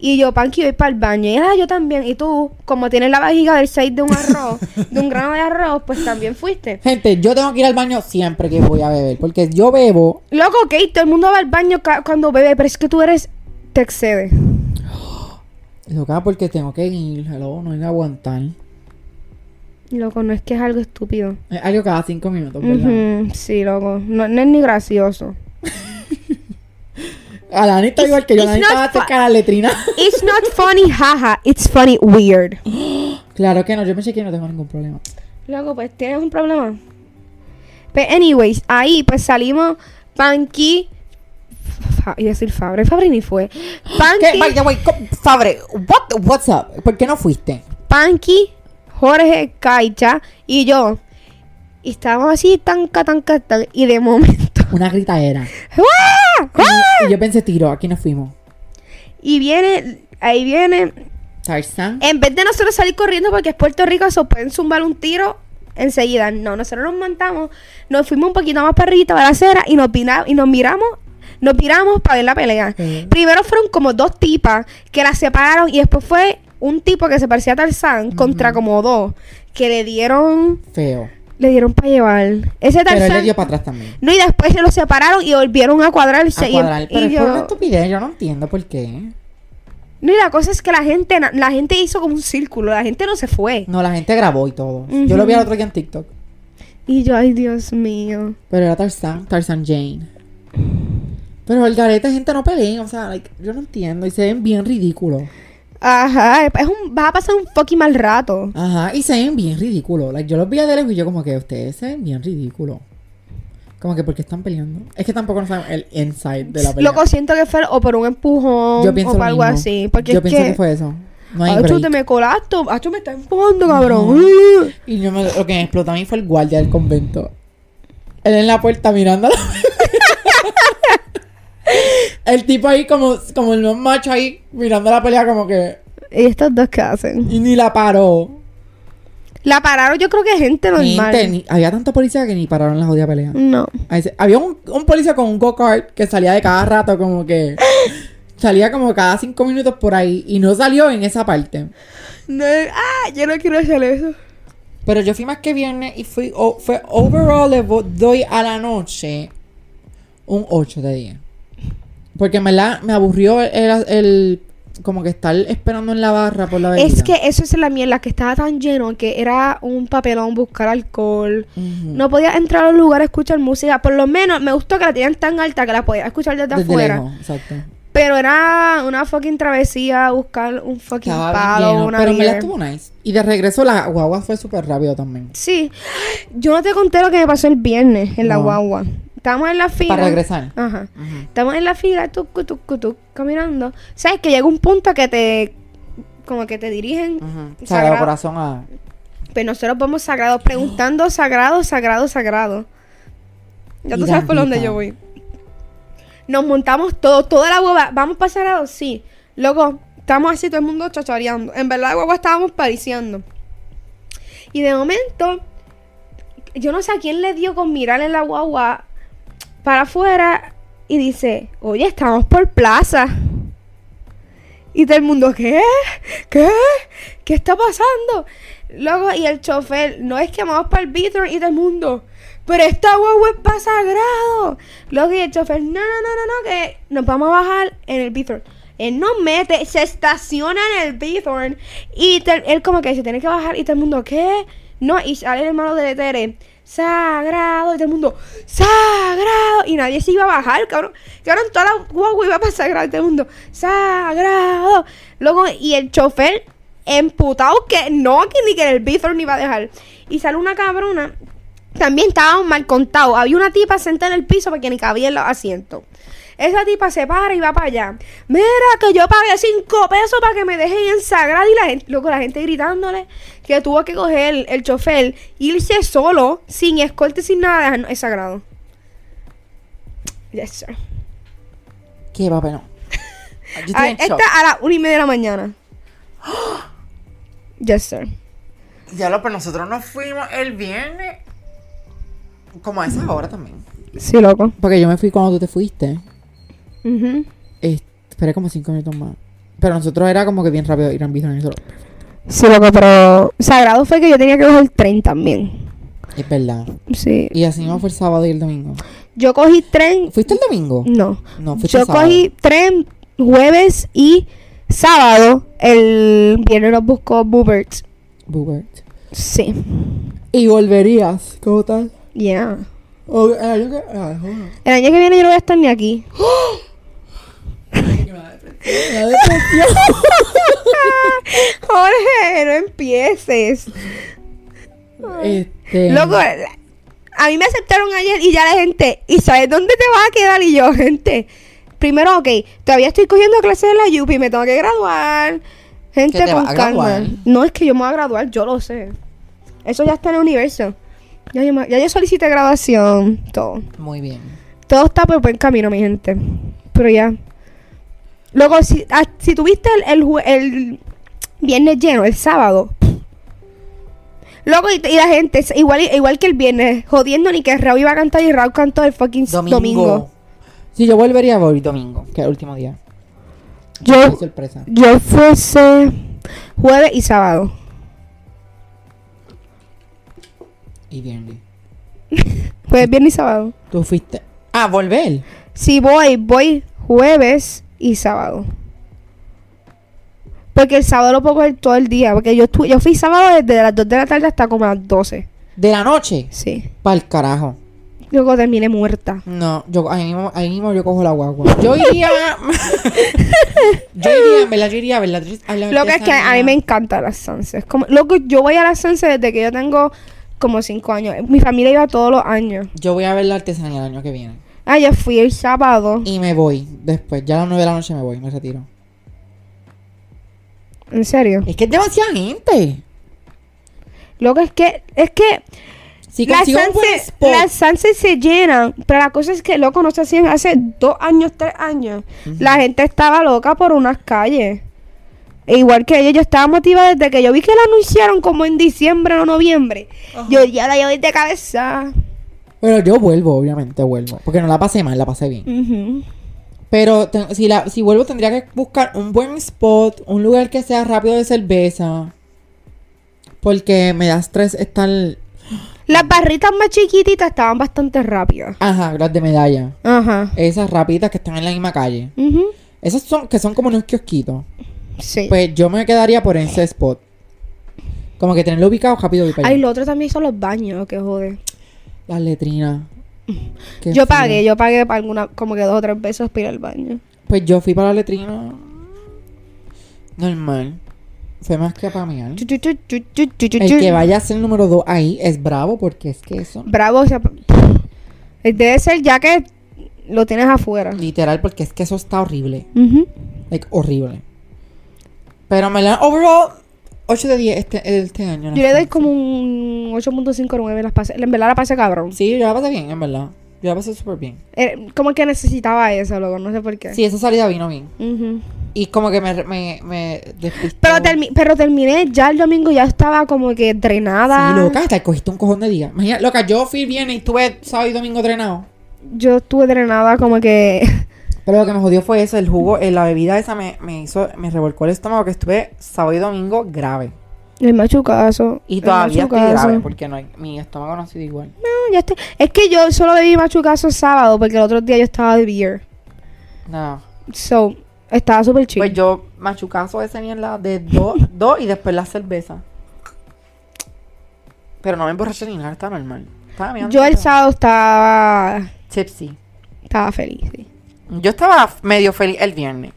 A: Y yo, Panqui, voy para el baño. Y ella, "Ah, yo también. Y tú, como tienes la vajiga del 6 de un arroz, de un grano de arroz, pues también fuiste.
B: Gente, yo tengo que ir al baño siempre que voy a beber. Porque yo bebo.
A: Loco, ok, todo el mundo va al baño ca- cuando bebe, pero es que tú eres, te excedes.
B: Loca, porque tengo que ir. Hello, no voy a aguantar.
A: Loco, no es que es algo estúpido.
B: Es algo cada cinco minutos, ¿verdad?
A: Ujú, sí, loco. No, no es ni gracioso.
B: Alani está
A: It's-
B: igual que yo.
A: it's
B: Alani
A: not
B: estaba
A: fu-
B: cerca de la letrina.
A: It's not funny, jaja. It's funny, weird.
B: claro que no, yo pensé que no tengo ningún problema.
A: Loco, pues tienes un problema. Pero, anyways, ahí pues salimos. Panky pues, Fa- y decir Fabre. Fabre ni fue. Panky,
B: ¿Qué? By the way, co- Fabre, what, what's up? ¿Por qué no fuiste?
A: Panky, Jorge, Caicha y yo. Y estábamos así, tanca, tanca, tan. Y de momento.
B: Una gritadera.
A: ¡guau! ¡guau!
B: Y yo pensé, tiro, aquí nos fuimos.
A: Y viene, ahí viene.
B: Tarzan.
A: En vez de nosotros salir corriendo porque es Puerto Rico, se pueden zumbar un tiro enseguida. No, nosotros nos montamos, nos fuimos un poquito más para arriba, para la acera y nos, pina- y nos miramos. Nos miramos para ver la pelea.
B: Ujú.
A: Primero fueron como dos tipas que las separaron y después fue un tipo que se parecía a Tarzán contra como dos que le dieron
B: Feo.
A: le dieron para llevar. Ese
B: Pero él
A: Eh, Tarzán
B: le dio para atrás también.
A: No, y después se los separaron y volvieron a cuadrarse
B: A
A: y-
B: cuadrar.
A: y
B: Pero es
A: yo-
B: por una estupidez, yo no entiendo por qué.
A: No, y la cosa es que la gente na- la gente hizo como un círculo, la gente no se fue.
B: No, la gente grabó y todo. Yo lo vi al otro día en TikTok.
A: Y yo, ay, Dios mío.
B: Pero era Tarzan, Tarzan Jane. Pero el garete, gente, no peleen. O sea, like, yo no entiendo. Y se ven bien ridículos.
A: Ajá, es un, vas a pasar un fucking mal rato.
B: Ajá, y se ven bien ridículos. Like, yo los vi de lejos y yo como que ustedes se ven bien ridículos. Como que porque están peleando. Es que tampoco nos saben el inside de la pelea.
A: Loco, siento que fue o por un empujón
B: yo pienso
A: o por
B: lo
A: algo
B: mismo.
A: así. Porque
B: yo
A: es
B: pienso que...
A: que,
B: fue eso. No hay
A: ah, tú
B: break.
A: te me colaste, ah, tú me estás empujando, cabrón. Uh,
B: Y yo me, lo que me explotó a mí fue el guardia del convento. Él en la puerta mirándola. el tipo ahí como, como el más macho ahí mirando la pelea como que...
A: ¿Y estos dos qué hacen?
B: Y ni la paró.
A: La pararon, yo creo que gente normal.
B: Gente, ni- había tanta policía que ni pararon la jodida pelea.
A: No.
B: Ahí se- había un, un policía con un go-kart que salía de cada rato como que... Salía como cada cinco minutos por ahí y no salió en esa parte.
A: No, Ah, yo no quiero hacer eso.
B: Pero yo fui más que viernes y fui, o- fue overall le vo- doy a la noche un 8 de 10. Porque en verdad me aburrió el, el- el- como que estar esperando en la barra por la bebida.
A: Es que eso es la mierda, que estaba tan lleno que era un papelón buscar alcohol.
B: Ujú.
A: No podía entrar a los lugares a escuchar música. Por lo menos me gustó que la tenían tan alta que la podía escuchar desde,
B: Desde
A: afuera.
B: lejos, exacto.
A: Pero era una fucking travesía buscar un fucking
B: Estaba bien
A: palo,
B: lleno,
A: una
B: pero me la
A: beer.
B: estuvo nice. Y de regreso la guagua fue súper rápido también.
A: Sí. Yo no te conté lo que me pasó el viernes en la
B: No.
A: guagua. Estábamos en la fila.
B: Para regresar.
A: Ajá. Estamos en la fila, tú, tú, caminando. Sabes que llega un punto que te... Como que te dirigen.
B: Ujú. Sagrado
A: Sagrado.
B: corazón a...
A: Pero Pues nosotros vamos sagrados, preguntando sagrado, sagrado, sagrado. Ya tú
B: Y
A: sabes por dónde
B: gambita.
A: yo voy. Nos montamos todo, toda la guagua. ¿Vamos para sagrado? Sí. Luego, estamos así, todo el mundo chachareando. En verdad, la guagua estábamos pariciando. Y de momento, yo no sé a quién le dio con mirar en la guagua para afuera y dice, oye, estamos por plaza. Y todo el mundo, ¿qué? ¿Qué? ¿Qué está pasando? Luego, y el chofer, no es que vamos para el vitro y todo el mundo, pero esta guagua es para sagrado. Luego, y el chofer, no, no, no, no, no, que nos vamos a bajar en el Bithorn. Él nos mete, se estaciona en el Bithorn y te- él como que se tiene que bajar y todo el mundo, ¿qué? No, y sale el hermano de Tere, sagrado, y todo el mundo, sagrado, y nadie se iba a bajar, cabrón. Cabrón, toda la guagua iba para sagrado, y todo el mundo, sagrado. Luego, y el chofer emputado que no, que ni que en el Bithorn ni va a dejar. Y sale una cabrona también estábamos mal contados. Había una tipa sentada en el piso porque ni cabía en los asientos. Esa tipa se para y va para allá. Mira que yo pagué cinco pesos para que me dejen en Sagrada y la gente, loco, la gente gritándole que tuvo que coger el chofer, irse solo, sin escolta, y sin nada, dejarnos en Sagrado. Yes, sir.
B: Qué papelón. Yo estoy
A: A,
B: en shock.
A: Ah, esta a las una y media de la mañana. Yes, sir.
B: Ya lo, pero nosotros nos fuimos el viernes. Como a esa hora también.
A: Sí, loco.
B: Porque yo me fui cuando tú te fuiste.
A: Ujú.
B: Es- Esperé como cinco minutos más. Pero nosotros era como que bien rápido ir a Bison y solo.
A: Sí, loco, pero Sagrado fue que yo tenía que coger el tren también.
B: Es verdad.
A: Sí.
B: Y así mismo fue el sábado y el domingo.
A: Yo cogí tren.
B: ¿Fuiste el domingo?
A: No.
B: No, fuiste
A: Yo
B: el sábado.
A: cogí tren jueves y sábado. El viernes nos buscó Bubert.
B: Bubert.
A: Sí.
B: Y volverías. ¿Cómo tal?
A: Yeah.
B: O- ah, yo que- ah, joder.
A: El año que viene yo no voy a estar ni aquí.
B: Ya de por-
A: Jorge, no empieces.
B: este,
A: Loco, la- a mí me aceptaron ayer y ya la gente, ¿y sabes dónde te vas a quedar? Y yo, gente, primero, ok, todavía estoy cogiendo clases en la UPI, me tengo que graduar. Gente
B: ¿Que te
A: con
B: vas a
A: calma.
B: graduar?
A: No es que yo me voy a graduar, yo lo sé. Eso ya está en el universo. Ya yo, me- ya yo solicité graduación, todo.
B: Muy bien.
A: Todo está por buen camino, mi gente. Pero ya. Luego, si, ah, si tuviste el, el jue- el viernes lleno, el sábado. Luego, y, y la gente, es igual, igual que el viernes, jodiendo ni que Raúl iba a cantar y Raúl cantó el fucking domingo.
B: Domingo. Si yo volvería a volver domingo, que es el último día. Qué
A: Yo,
B: sorpresa.
A: yo fuese jueves y sábado.
B: Y bien.
A: Jueves, viernes y sábado.
B: Tú fuiste. Ah, volver.
A: Si voy, voy jueves y sábado. Porque el sábado lo puedo coger todo el día. Porque yo, estu- yo fui sábado desde las 2 de la tarde hasta como las 12.
B: De la noche.
A: Sí.
B: Para el carajo.
A: Luego terminé muerta.
B: No, yo ahí mismo, ahí mismo yo cojo la guagua. Yo iría. yo iría, en verdad, yo iría a ver la actriz. a la
A: Lo que es que a mí me
B: artesanía.
A: encanta las Sunset. Como, loco, yo voy a las Sunset desde que yo tengo como 5 años. Mi familia iba todos los años.
B: Yo voy a ver la artesanía el año que viene.
A: Ah, yo fui el sábado.
B: Y me voy después. Ya a las 9 de la noche me voy, me retiro.
A: En serio.
B: Es que es demasiada gente.
A: Lo que es que, es que
B: Si
A: las,
B: consigo un buen
A: Sunset,
B: spot.
A: las Sunset se llenan, pero la cosa es que, loco, no se hacían hace dos años, tres años. La gente estaba loca por unas calles. E igual que ellos, yo estaba motivada desde que yo vi que la anunciaron como en diciembre o noviembre. Yo ya la llevo de cabeza.
B: Bueno, yo vuelvo, obviamente vuelvo. Porque no la pasé mal, la pasé bien.
A: Ujú.
B: Pero te- si, la, si vuelvo tendría que buscar un buen spot, un lugar que sea rápido de cerveza. Porque me da estrés estar...
A: Las barritas más chiquititas estaban bastante rápidas.
B: Ajá, las de medalla.
A: Ajá.
B: Esas rapiditas que están en la misma calle.
A: Ujú.
B: Esas son, que son como unos kiosquitos.
A: Sí.
B: Pues yo me quedaría por ese spot. Como que tenerlo ubicado rápido y para
A: Ay,
B: allá.
A: lo otro también son los baños, que jode.
B: Las letrinas. Qué
A: yo
B: frío.
A: pagué, yo pagué pa' alguna, como que dos o tres veces para ir al baño.
B: Pues yo fui para la letrina. Normal. Fue más que para mí.
A: Chu, chu, chu, chu, chu, chu, chu,
B: El
A: chu.
B: que vaya a ser número 2 ahí es bravo porque es que eso.
A: Bravo, o sea, p- debe ser ya que lo tienes afuera.
B: Literal, porque es que eso está horrible.
A: Ujú.
B: Like, horrible. Pero me la. Overall, 8 de 10 este, este año.
A: Yo le doy como un 8.59 las pasé. En verdad la pasé cabrón.
B: Sí, yo la pasé bien, en verdad. Yo la pasé súper bien.
A: Eh, como que necesitaba eso, loco, no sé por qué.
B: Sí, esa salida vino bien.
A: Ujú.
B: Y como que me. me, me despistó.
A: Pero, termi- pero terminé ya el domingo, ya estaba como que drenada.
B: Sí, loca, hasta cogiste un cojón de día. Imagina, loca, yo fui bien y estuve sábado y domingo drenado.
A: Yo estuve drenada como que...
B: Pero lo que me jodió fue eso, el jugo, eh, la bebida esa me, me hizo, me revolcó el estómago que estuve sábado y domingo grave.
A: El machucazo.
B: Y
A: el
B: todavía estoy
A: machucazo.
B: grave porque no hay- mi estómago no ha sido igual.
A: No, ya estoy- Es que yo solo bebí machucazo sábado porque el otro día yo estaba de beer.
B: Nada.
A: So, estaba súper chill.
B: Pues yo machucazo ese ni en la de dos dos y después la cerveza. Pero no me emborraché ni nada, está normal. Estaba mirando
A: Yo el
B: todo.
A: sábado estaba.
B: Tipsy.
A: Estaba feliz. sí.
B: Yo estaba medio feliz el viernes.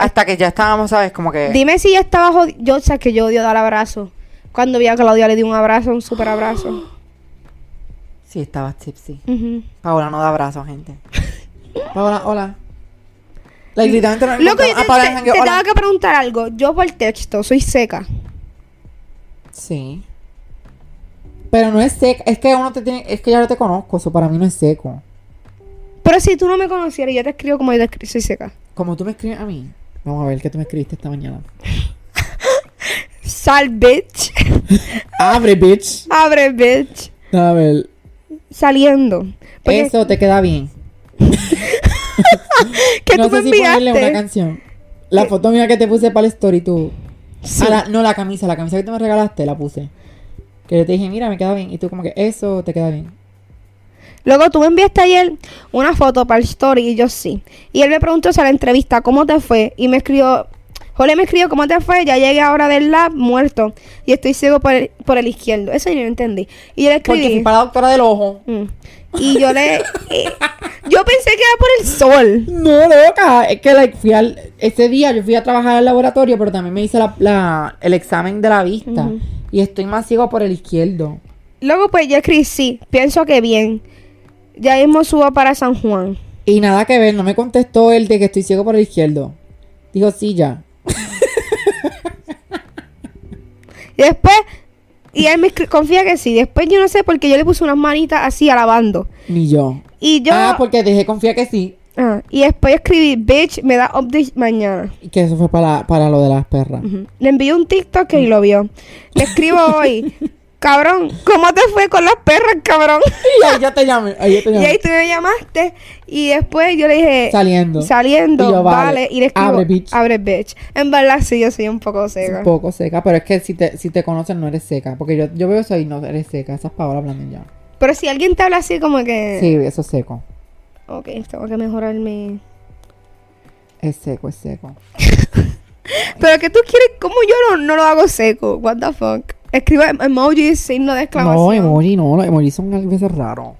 B: Hasta que ya estábamos, ¿sabes? Como que...
A: Dime si yo estaba jodida. Yo, o sea, que yo odio dar abrazo. Cuando vi a Claudia le di un abrazo, un super abrazo.
B: Sí, estaba tipsy.
A: Ujú.
B: Paola no da abrazos, gente. Paola, hola. Like, literalmente no
A: Loco,
B: encontraba-
A: yo te,
B: Ah, Paola,
A: te-
B: jangueo,
A: te
B: hola.
A: tengo que preguntar algo. Yo por texto soy seca.
B: Sí. Pero no es seco. Es que uno te tiene. Es que ya no te conozco. Eso para mí no es seco.
A: Pero si tú no me conocieras, yo te escribo como yo te escribo, soy seca.
B: Como tú me escribes a mí. Vamos a ver qué tú me escribiste esta mañana.
A: Sal, bitch.
B: Abre, bitch.
A: Abre, bitch.
B: A ver.
A: Saliendo. Porque-
B: Eso te queda bien.
A: que
B: no
A: tú me
B: sé si ponerle una
A: enviaste.
B: canción. La foto mía que te puse para el story, tú.
A: Sí.
B: Ah, la- no, la camisa. La camisa que tú me regalaste la puse. Que yo te dije, mira, me queda bien. Y tú, como que, eso te queda bien.
A: Luego tú me enviaste ayer una foto para el story y yo sí. Y él me preguntó sobre la entrevista, ¿cómo te fue? Y me escribió, Jole me escribió, ¿cómo te fue? Ya llegué ahora del lab muerto y estoy ciego por el, por el izquierdo. Eso yo no entendí. Y yo le
B: Porque
A: escribí.
B: fui para la doctora del ojo.
A: Mm. Y yo le... eh, yo pensé que era por el sol.
B: No, loca. Es que like, fui al, ese día yo fui a trabajar al laboratorio, pero también me hice la, la- el examen de la vista.
A: Ujú.
B: Y estoy más ciego por el izquierdo.
A: Luego pues yo escribí, sí, pienso que bien. Ya mismo subo para San Juan.
B: Y nada que ver, no me contestó el de que estoy ciego por el izquierdo. Dijo, sí, ya.
A: Y después, y él me escri- confía que sí. Después yo no sé porque yo le puse unas manitas así alabando.
B: Ni yo.
A: Y yo.
B: Ah, porque dejé confía que sí.
A: Ah, y después escribí, bitch, me da update mañana.
B: Y que eso fue para, para lo de las perras.
A: Ujú. Le envié un TikTok y lo vio. Le escribo hoy, cabrón, ¿cómo te fue con las perras, cabrón?
B: Y ahí ya te llamé. Ahí ya te
A: Y
B: llamé.
A: ahí tú me llamaste y después yo le dije...
B: Saliendo.
A: Eh, Saliendo,
B: Y yo,
A: vale.
B: vale.
A: Y le escribo...
B: Abre, bitch.
A: "Abre, bitch". En verdad, sí, yo soy un poco seca.
B: Un poco seca, pero es que si te, si te conocen no eres seca. Porque yo, yo veo eso y no eres seca. Esas palabras hablando ya.
A: Pero si alguien te habla así como que...
B: Sí, eso es seco.
A: Ok, tengo que mejorar mi...
B: Es seco, es seco.
A: Pero que tú quieres... ¿Cómo yo no, no lo hago seco? What the fuck? Escribo em- emojis, signo de
B: No,
A: exclamación.
B: emoji no. Los emojis son a veces raros.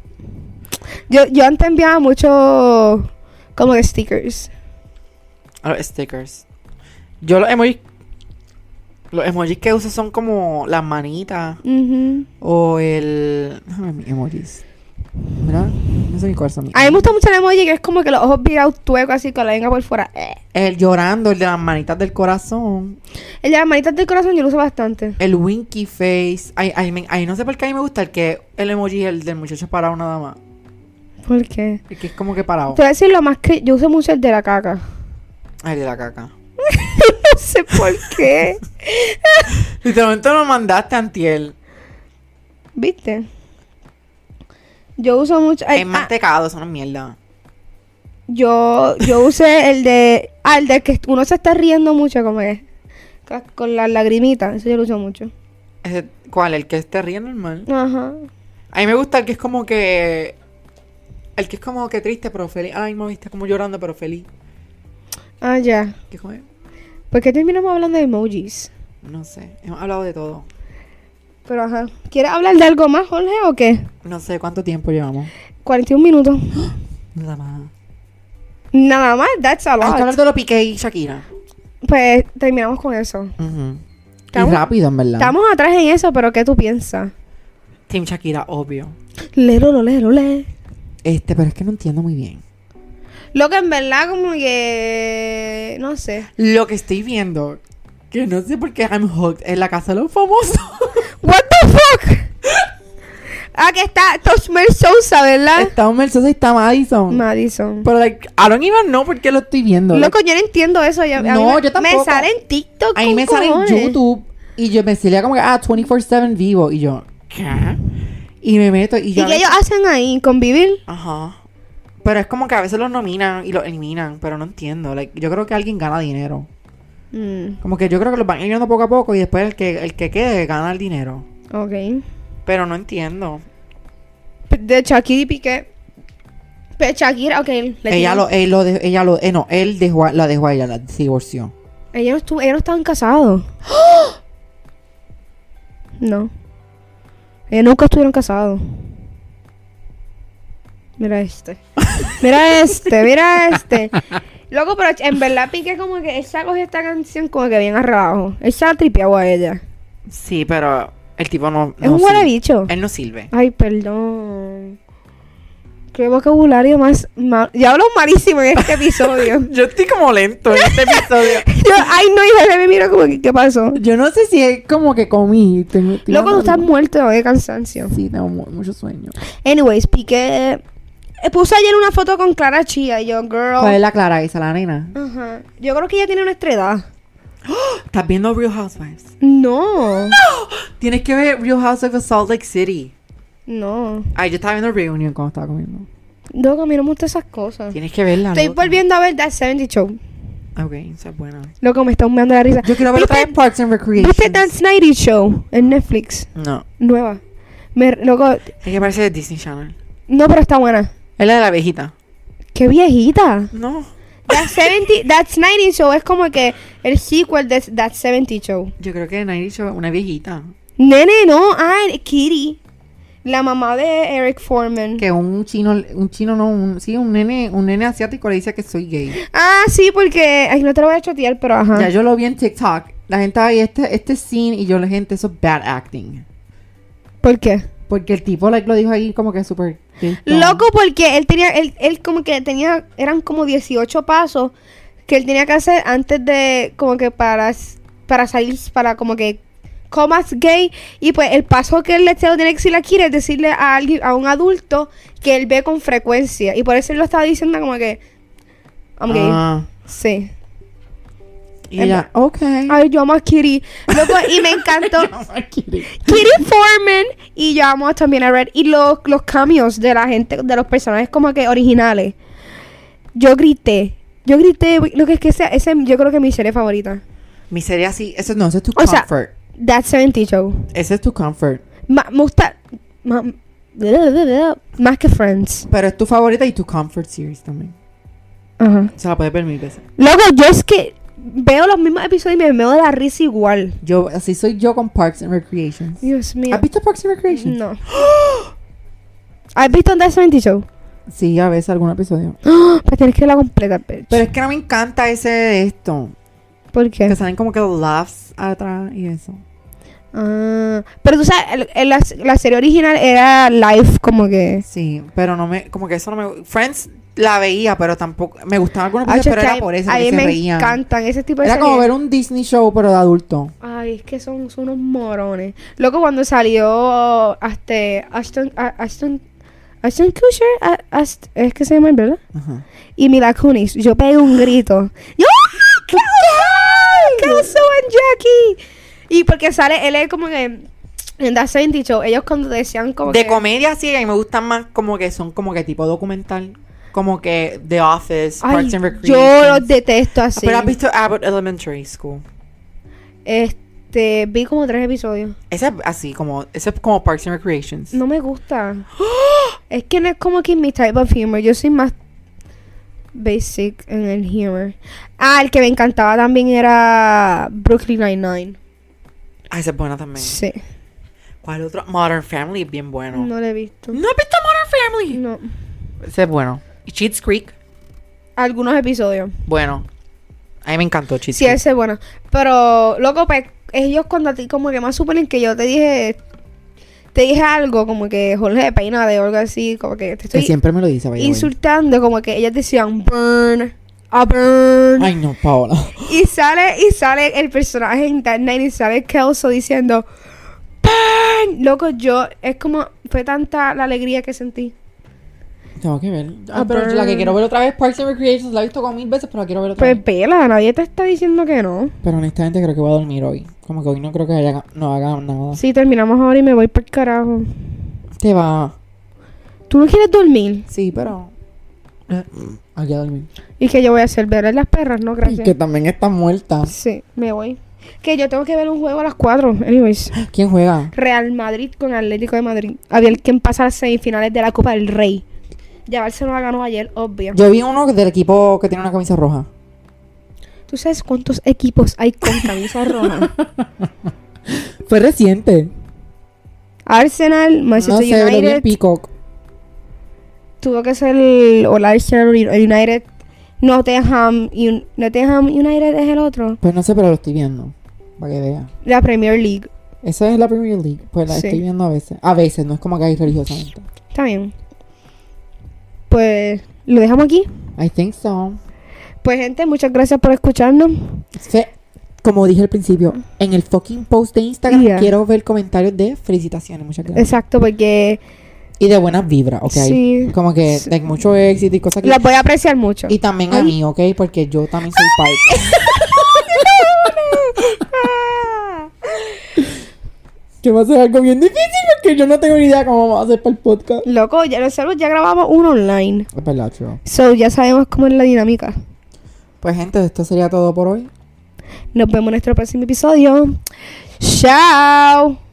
A: yo, yo antes enviaba mucho... Como de stickers.
B: A los stickers. Yo los emojis. Los emojis que uso son como las manitas.
A: Ujú.
B: O el. Déjame mis emojis. Mira, no sé mi cuál son mis
A: A mí me gusta mucho el emoji que es como que los ojos virados tuecos así con la lengua por fuera. Eh.
B: El llorando, el de las manitas del corazón.
A: El de las manitas del corazón yo lo uso bastante.
B: El winky face. Ay, ay, me- ay, no sé por qué a mí me gusta el que el emoji es el del muchacho parado nada más.
A: ¿Por qué?
B: El que es como que parado.
A: Te voy a decir lo más que yo uso mucho el de la caca.
B: Ay, el de la caca.
A: No sé por qué.
B: Literalmente lo mandaste antiel.
A: ¿Viste? Yo uso mucho. ay,
B: Es
A: ah,
B: mantecado, son una mierda.
A: yo, yo usé el de. Ah, el de que uno se está riendo mucho, como es. ca- Con las lagrimitas. Eso yo lo uso mucho.
B: Ese- ¿Cuál? El que esté riendo normal.
A: Ajá.
B: A mí me gusta el que es como que. El que es como que triste, pero feliz. Ay, me viste como llorando, pero feliz.
A: Ah, ya.
B: ¿Qué es como-
A: ¿Por qué terminamos hablando de emojis?
B: No sé. Hemos hablado de todo.
A: Pero ajá. ¿Quieres hablar de algo más, Jorge, o qué?
B: No sé cuánto tiempo llevamos.
A: 41 minutos.
B: Nada más.
A: Nada más, that's a
B: Hay que hablar
A: lot.
B: de lo Piqué y Shakira.
A: Pues terminamos con eso.
B: Y
A: Estamos-
B: rápido, en verdad.
A: Estamos atrás en eso, pero ¿qué tú piensas?
B: Team Shakira, obvio.
A: Lero, lo, lero, le.
B: Este, pero es que no entiendo muy bien.
A: Lo que en verdad como que... No sé.
B: Lo que estoy viendo, que no sé por qué I'm hooked en la casa de los famosos.
A: What the fuck? ah, que está Tosmer Sousa, ¿verdad?
B: está Homer Sosa y está Madison.
A: Madison.
B: pero, like, I don't even know por qué lo estoy viendo.
A: Loco, yo no entiendo eso. Yo, a mí
B: No,
A: me-
B: yo tampoco.
A: Me sale en TikTok.
B: A mí
A: con
B: me sale en
A: cojones.
B: YouTube y yo me salía como que, ah, 24-7 vivo. Y yo, ¿qué? Y me meto y
A: ¿Y
B: yo. ah. a
A: qué ellos
B: veces-
A: hacen ahí? ¿Convivir?
B: Ajá. Pero es como que a veces los nominan y los eliminan, pero no entiendo. Like, yo creo que alguien gana dinero.
A: Mm,
B: Como que yo creo que los van eliminando poco a poco y después el que, el que quede gana el dinero.
A: ok.
B: Pero no entiendo.
A: De Shakira y Piqué. Pero Shakira, ok. le
B: ella,
A: tiró.
B: lo, él lo dejó- ella lo, eh, no, él dejó, a- la dejó a ella, la divorció.
A: Ellos no, estuvo, ellos no estaban casados. No. Ellos nunca estuvieron casados. Mira este. Mira este, mira este. Loco, pero en verdad Piqué como que él se ha cogido esta canción como que bien arrebajo. Él se ha tripeado a ella.
B: Sí, pero el tipo no. Eh.
A: Es un huele bicho.
B: Él no sirve.
A: Ay, perdón. Qué vocabulario más... mal- Ya hablo malísimo en este episodio.
B: Yo estoy como lento en este episodio.
A: Yo, ay, no, hija, me miro como que, ¿qué pasó?
B: Yo no sé si es como que comí. Tengo, tengo
A: Loco, tú estás
B: algo.
A: muerto de cansancio.
B: Sí, tengo mu- mucho sueño.
A: Anyways, Piqué... eh, Puse ayer una foto con Clara Chía y yo, girl...
B: ¿Cuál es la Clara? Esa la nena.
A: Ajá. Yo creo que ella tiene nuestra edad.
B: ¿Estás viendo Real Housewives?
A: No.
B: Tienes que ver Real Housewives of Salt Lake City.
A: No.
B: Ay, yo estaba viendo Reunion cuando estaba comiendo.
A: Loco, a mí no me gustan esas cosas.
B: Tienes que verla.
A: Estoy
B: loca.
A: volviendo a ver That 70 Show.
B: Ok, esa es buena.
A: Loco, me está humeando la risa.
B: Yo quiero ver otra vez
A: ¿Viste,
B: Parks and
A: ¿Viste That
B: Recreation.
A: 90 Show en Netflix?
B: No.
A: Nueva. Me, loco...
B: Es que parece de Disney Channel.
A: No, pero está buena.
B: Es la de la viejita.
A: ¡Qué viejita!
B: No.
A: That 70... That's 90 Show es como que el sequel de That 70 Show.
B: Yo creo que Nairi es una viejita.
A: Nene, no. Ah, Kitty. La mamá de Eric Foreman.
B: Que un chino, un chino no, un, sí, un nene, un nene asiático le dice que soy gay.
A: Ah, sí, porque... Ay, no te lo voy a chotear, pero ajá.
B: Ya yo lo vi en TikTok. La gente ahí, este, este scene y yo la gente, eso es bad acting.
A: ¿Por qué?
B: Porque el tipo like, lo dijo ahí como que súper... dictón.
A: Loco, porque él tenía, él, él como que tenía, eran como 18 pasos que él tenía que hacer antes de, como que para, s- para salir, para como que comas gay. Y pues el paso que él le tiene que decir aquí es decirle a alguien, a un adulto que él ve con frecuencia. Y por eso él lo estaba diciendo como que, I'm gay.
B: Ah,
A: Sí.
B: y ella, ok.
A: Ay, yo amo a Kitty. Loco, y me encantó. Kitty Foreman y yo amo también a Red y los, los cambios de la gente, de los personajes como que originales. Yo grité, yo grité, lo que es que sea, ese yo creo que es mi serie favorita.
B: Mi serie así, eso no, eso es tu
A: O sea-
B: comfort.
A: That 70 Show.
B: Ese es tu comfort.
A: Ma- me gusta ma- más que Friends.
B: Pero es tu favorita y tu comfort series también.
A: Ajá.
B: Se la puede permitir. pues.
A: Luego yo es que veo los mismos episodios y me veo de la risa igual.
B: Yo, así soy yo con Parks and Recreations.
A: Dios mío.
B: ¿Has visto Parks and Recreations?
A: No. ¿Has visto That 70 Show?
B: Sí, a veces algún episodio.
A: Pues tienes que verla completa, bitch.
B: Pero es que no me encanta ese de esto.
A: ¿Por qué?
B: Que salen como que los laughs atrás y eso.
A: Ah, pero tú sabes, el- el- la, la serie original era live, como que.
B: Sí, pero no me, como que eso no me Friends la veía, pero tampoco, me gustaban algunos
A: Hacho, es ah,
B: episodios, Ah, pero
A: que
B: era
A: a-
B: por eso
A: a
B: que
A: mí
B: se
A: me
B: reían.
A: encantan ese tipo de
B: Era como
A: series.
B: ver un Disney show, pero de adulto.
A: Ay, es que son, son unos morones. Loco, cuando salió este, Ashton, a- Ashton, Ashton Kutcher, a- Ast- es que se llama, él, ¿verdad?
B: Ajá.
A: Y Mila Kunis, yo pegué un grito. ¡Yo! ¡Ah! ¡Claudio! ¡Kelso and Jackie! Y porque sale, él es como que. En The 70 Show, ellos cuando decían como
B: De
A: que.
B: comedia sí, a mí me gustan más como que son como que tipo documental, como que The Office,
A: Ay,
B: Parks and Recreation.
A: yo los detesto así.
B: Pero has visto Abbott Elementary School.
A: Este, vi como tres episodios.
B: Ese es así como, ese es como Parks and Recreations.
A: No me gusta. es que no es como que mi type of humor. Yo soy más basic en el humor. Ah, el que me encantaba también era Brooklyn Nine-Nine.
B: Ah, esa es buena también.
A: Sí.
B: ¿Cuál otro? Modern Family es bien bueno.
A: No lo he visto.
B: ¿No has visto Modern Family?
A: No.
B: Ese es bueno. ¿Y Cheats Creek?
A: Algunos episodios.
B: Bueno. A mí me encantó Cheats
A: Sí,
B: Creek.
A: ese es bueno. Pero, loco, pues, ellos cuando a ti como que más suponen que yo te dije... Te dije algo como que Jorge de Peinade o algo así, como que te
B: Que
A: estoy
B: siempre me lo dice, vaya.
A: insultando, como que ellas decían burn, a burn.
B: Ay, no, Paola.
A: Y sale, y sale el personaje en Dark Knight y sale Kelso diciendo burn. Loco, yo, es como, fue tanta la alegría que sentí.
B: Tengo que ver.
A: A
B: Ah, pero la
A: burn.
B: que quiero ver otra vez, Parks and Recreations, la he visto como mil veces, pero la quiero ver otra
A: Pues
B: vez.
A: vela, nadie te está diciendo que no.
B: Pero honestamente creo que voy a dormir hoy. Como que hoy no creo que haya, no haga nada.
A: Si terminamos ahora y me voy por carajo.
B: Te va.
A: Tú no quieres dormir.
B: Sí, pero... Eh, Hay que dormir.
A: Y que yo voy a hacer ver a las perras, no
B: Y que
A: gracias.
B: también está muerta.
A: Sí, me voy. Que yo tengo que ver un juego a las 4. Anyways.
B: ¿Quién juega?
A: Real Madrid con Atlético de Madrid. Había el quien pasa a las semifinales de la Copa del Rey. Ya Barcelona ganó ayer, obvio.
B: Yo vi uno del equipo que tiene una camisa roja.
A: ¿Tú sabes cuántos equipos hay con camisa roja?
B: Fue reciente.
A: Arsenal,
B: no
A: Manchester
B: sé, lo vi en
A: United.
B: Peacock.
A: Tuvo que ser el, o el Arsenal el United. Nottingham, Un- Nottingham United es el otro.
B: Pues no sé, pero lo estoy viendo. Para que vea.
A: La Premier League.
B: Esa es la Premier League. Pues la
A: Sí.
B: estoy viendo a veces. A veces, no es como que hay religiosamente.
A: Está bien. Pues, ¿lo dejamos aquí?
B: I think so.
A: Pues, gente, muchas gracias por escucharnos.
B: Fe- como dije al principio, en el fucking post de Instagram
A: Yeah.
B: quiero ver comentarios de felicitaciones, muchas gracias.
A: Exacto, porque
B: Y de buenas vibras, ¿ok?
A: Sí.
B: Como que
A: Sí.
B: de mucho éxito y cosas que...
A: las voy a apreciar mucho.
B: Y también a mí, ¿ok? Porque yo también soy parte. Que va a ser algo bien difícil porque yo no tengo ni idea cómo vamos a hacer para el podcast.
A: Loco, ya nosotros ya grabamos uno online.
B: Es verdad, true.
A: So, ya sabemos cómo es la dinámica.
B: Pues gente, esto sería todo por hoy.
A: Nos vemos en nuestro próximo episodio. Chao.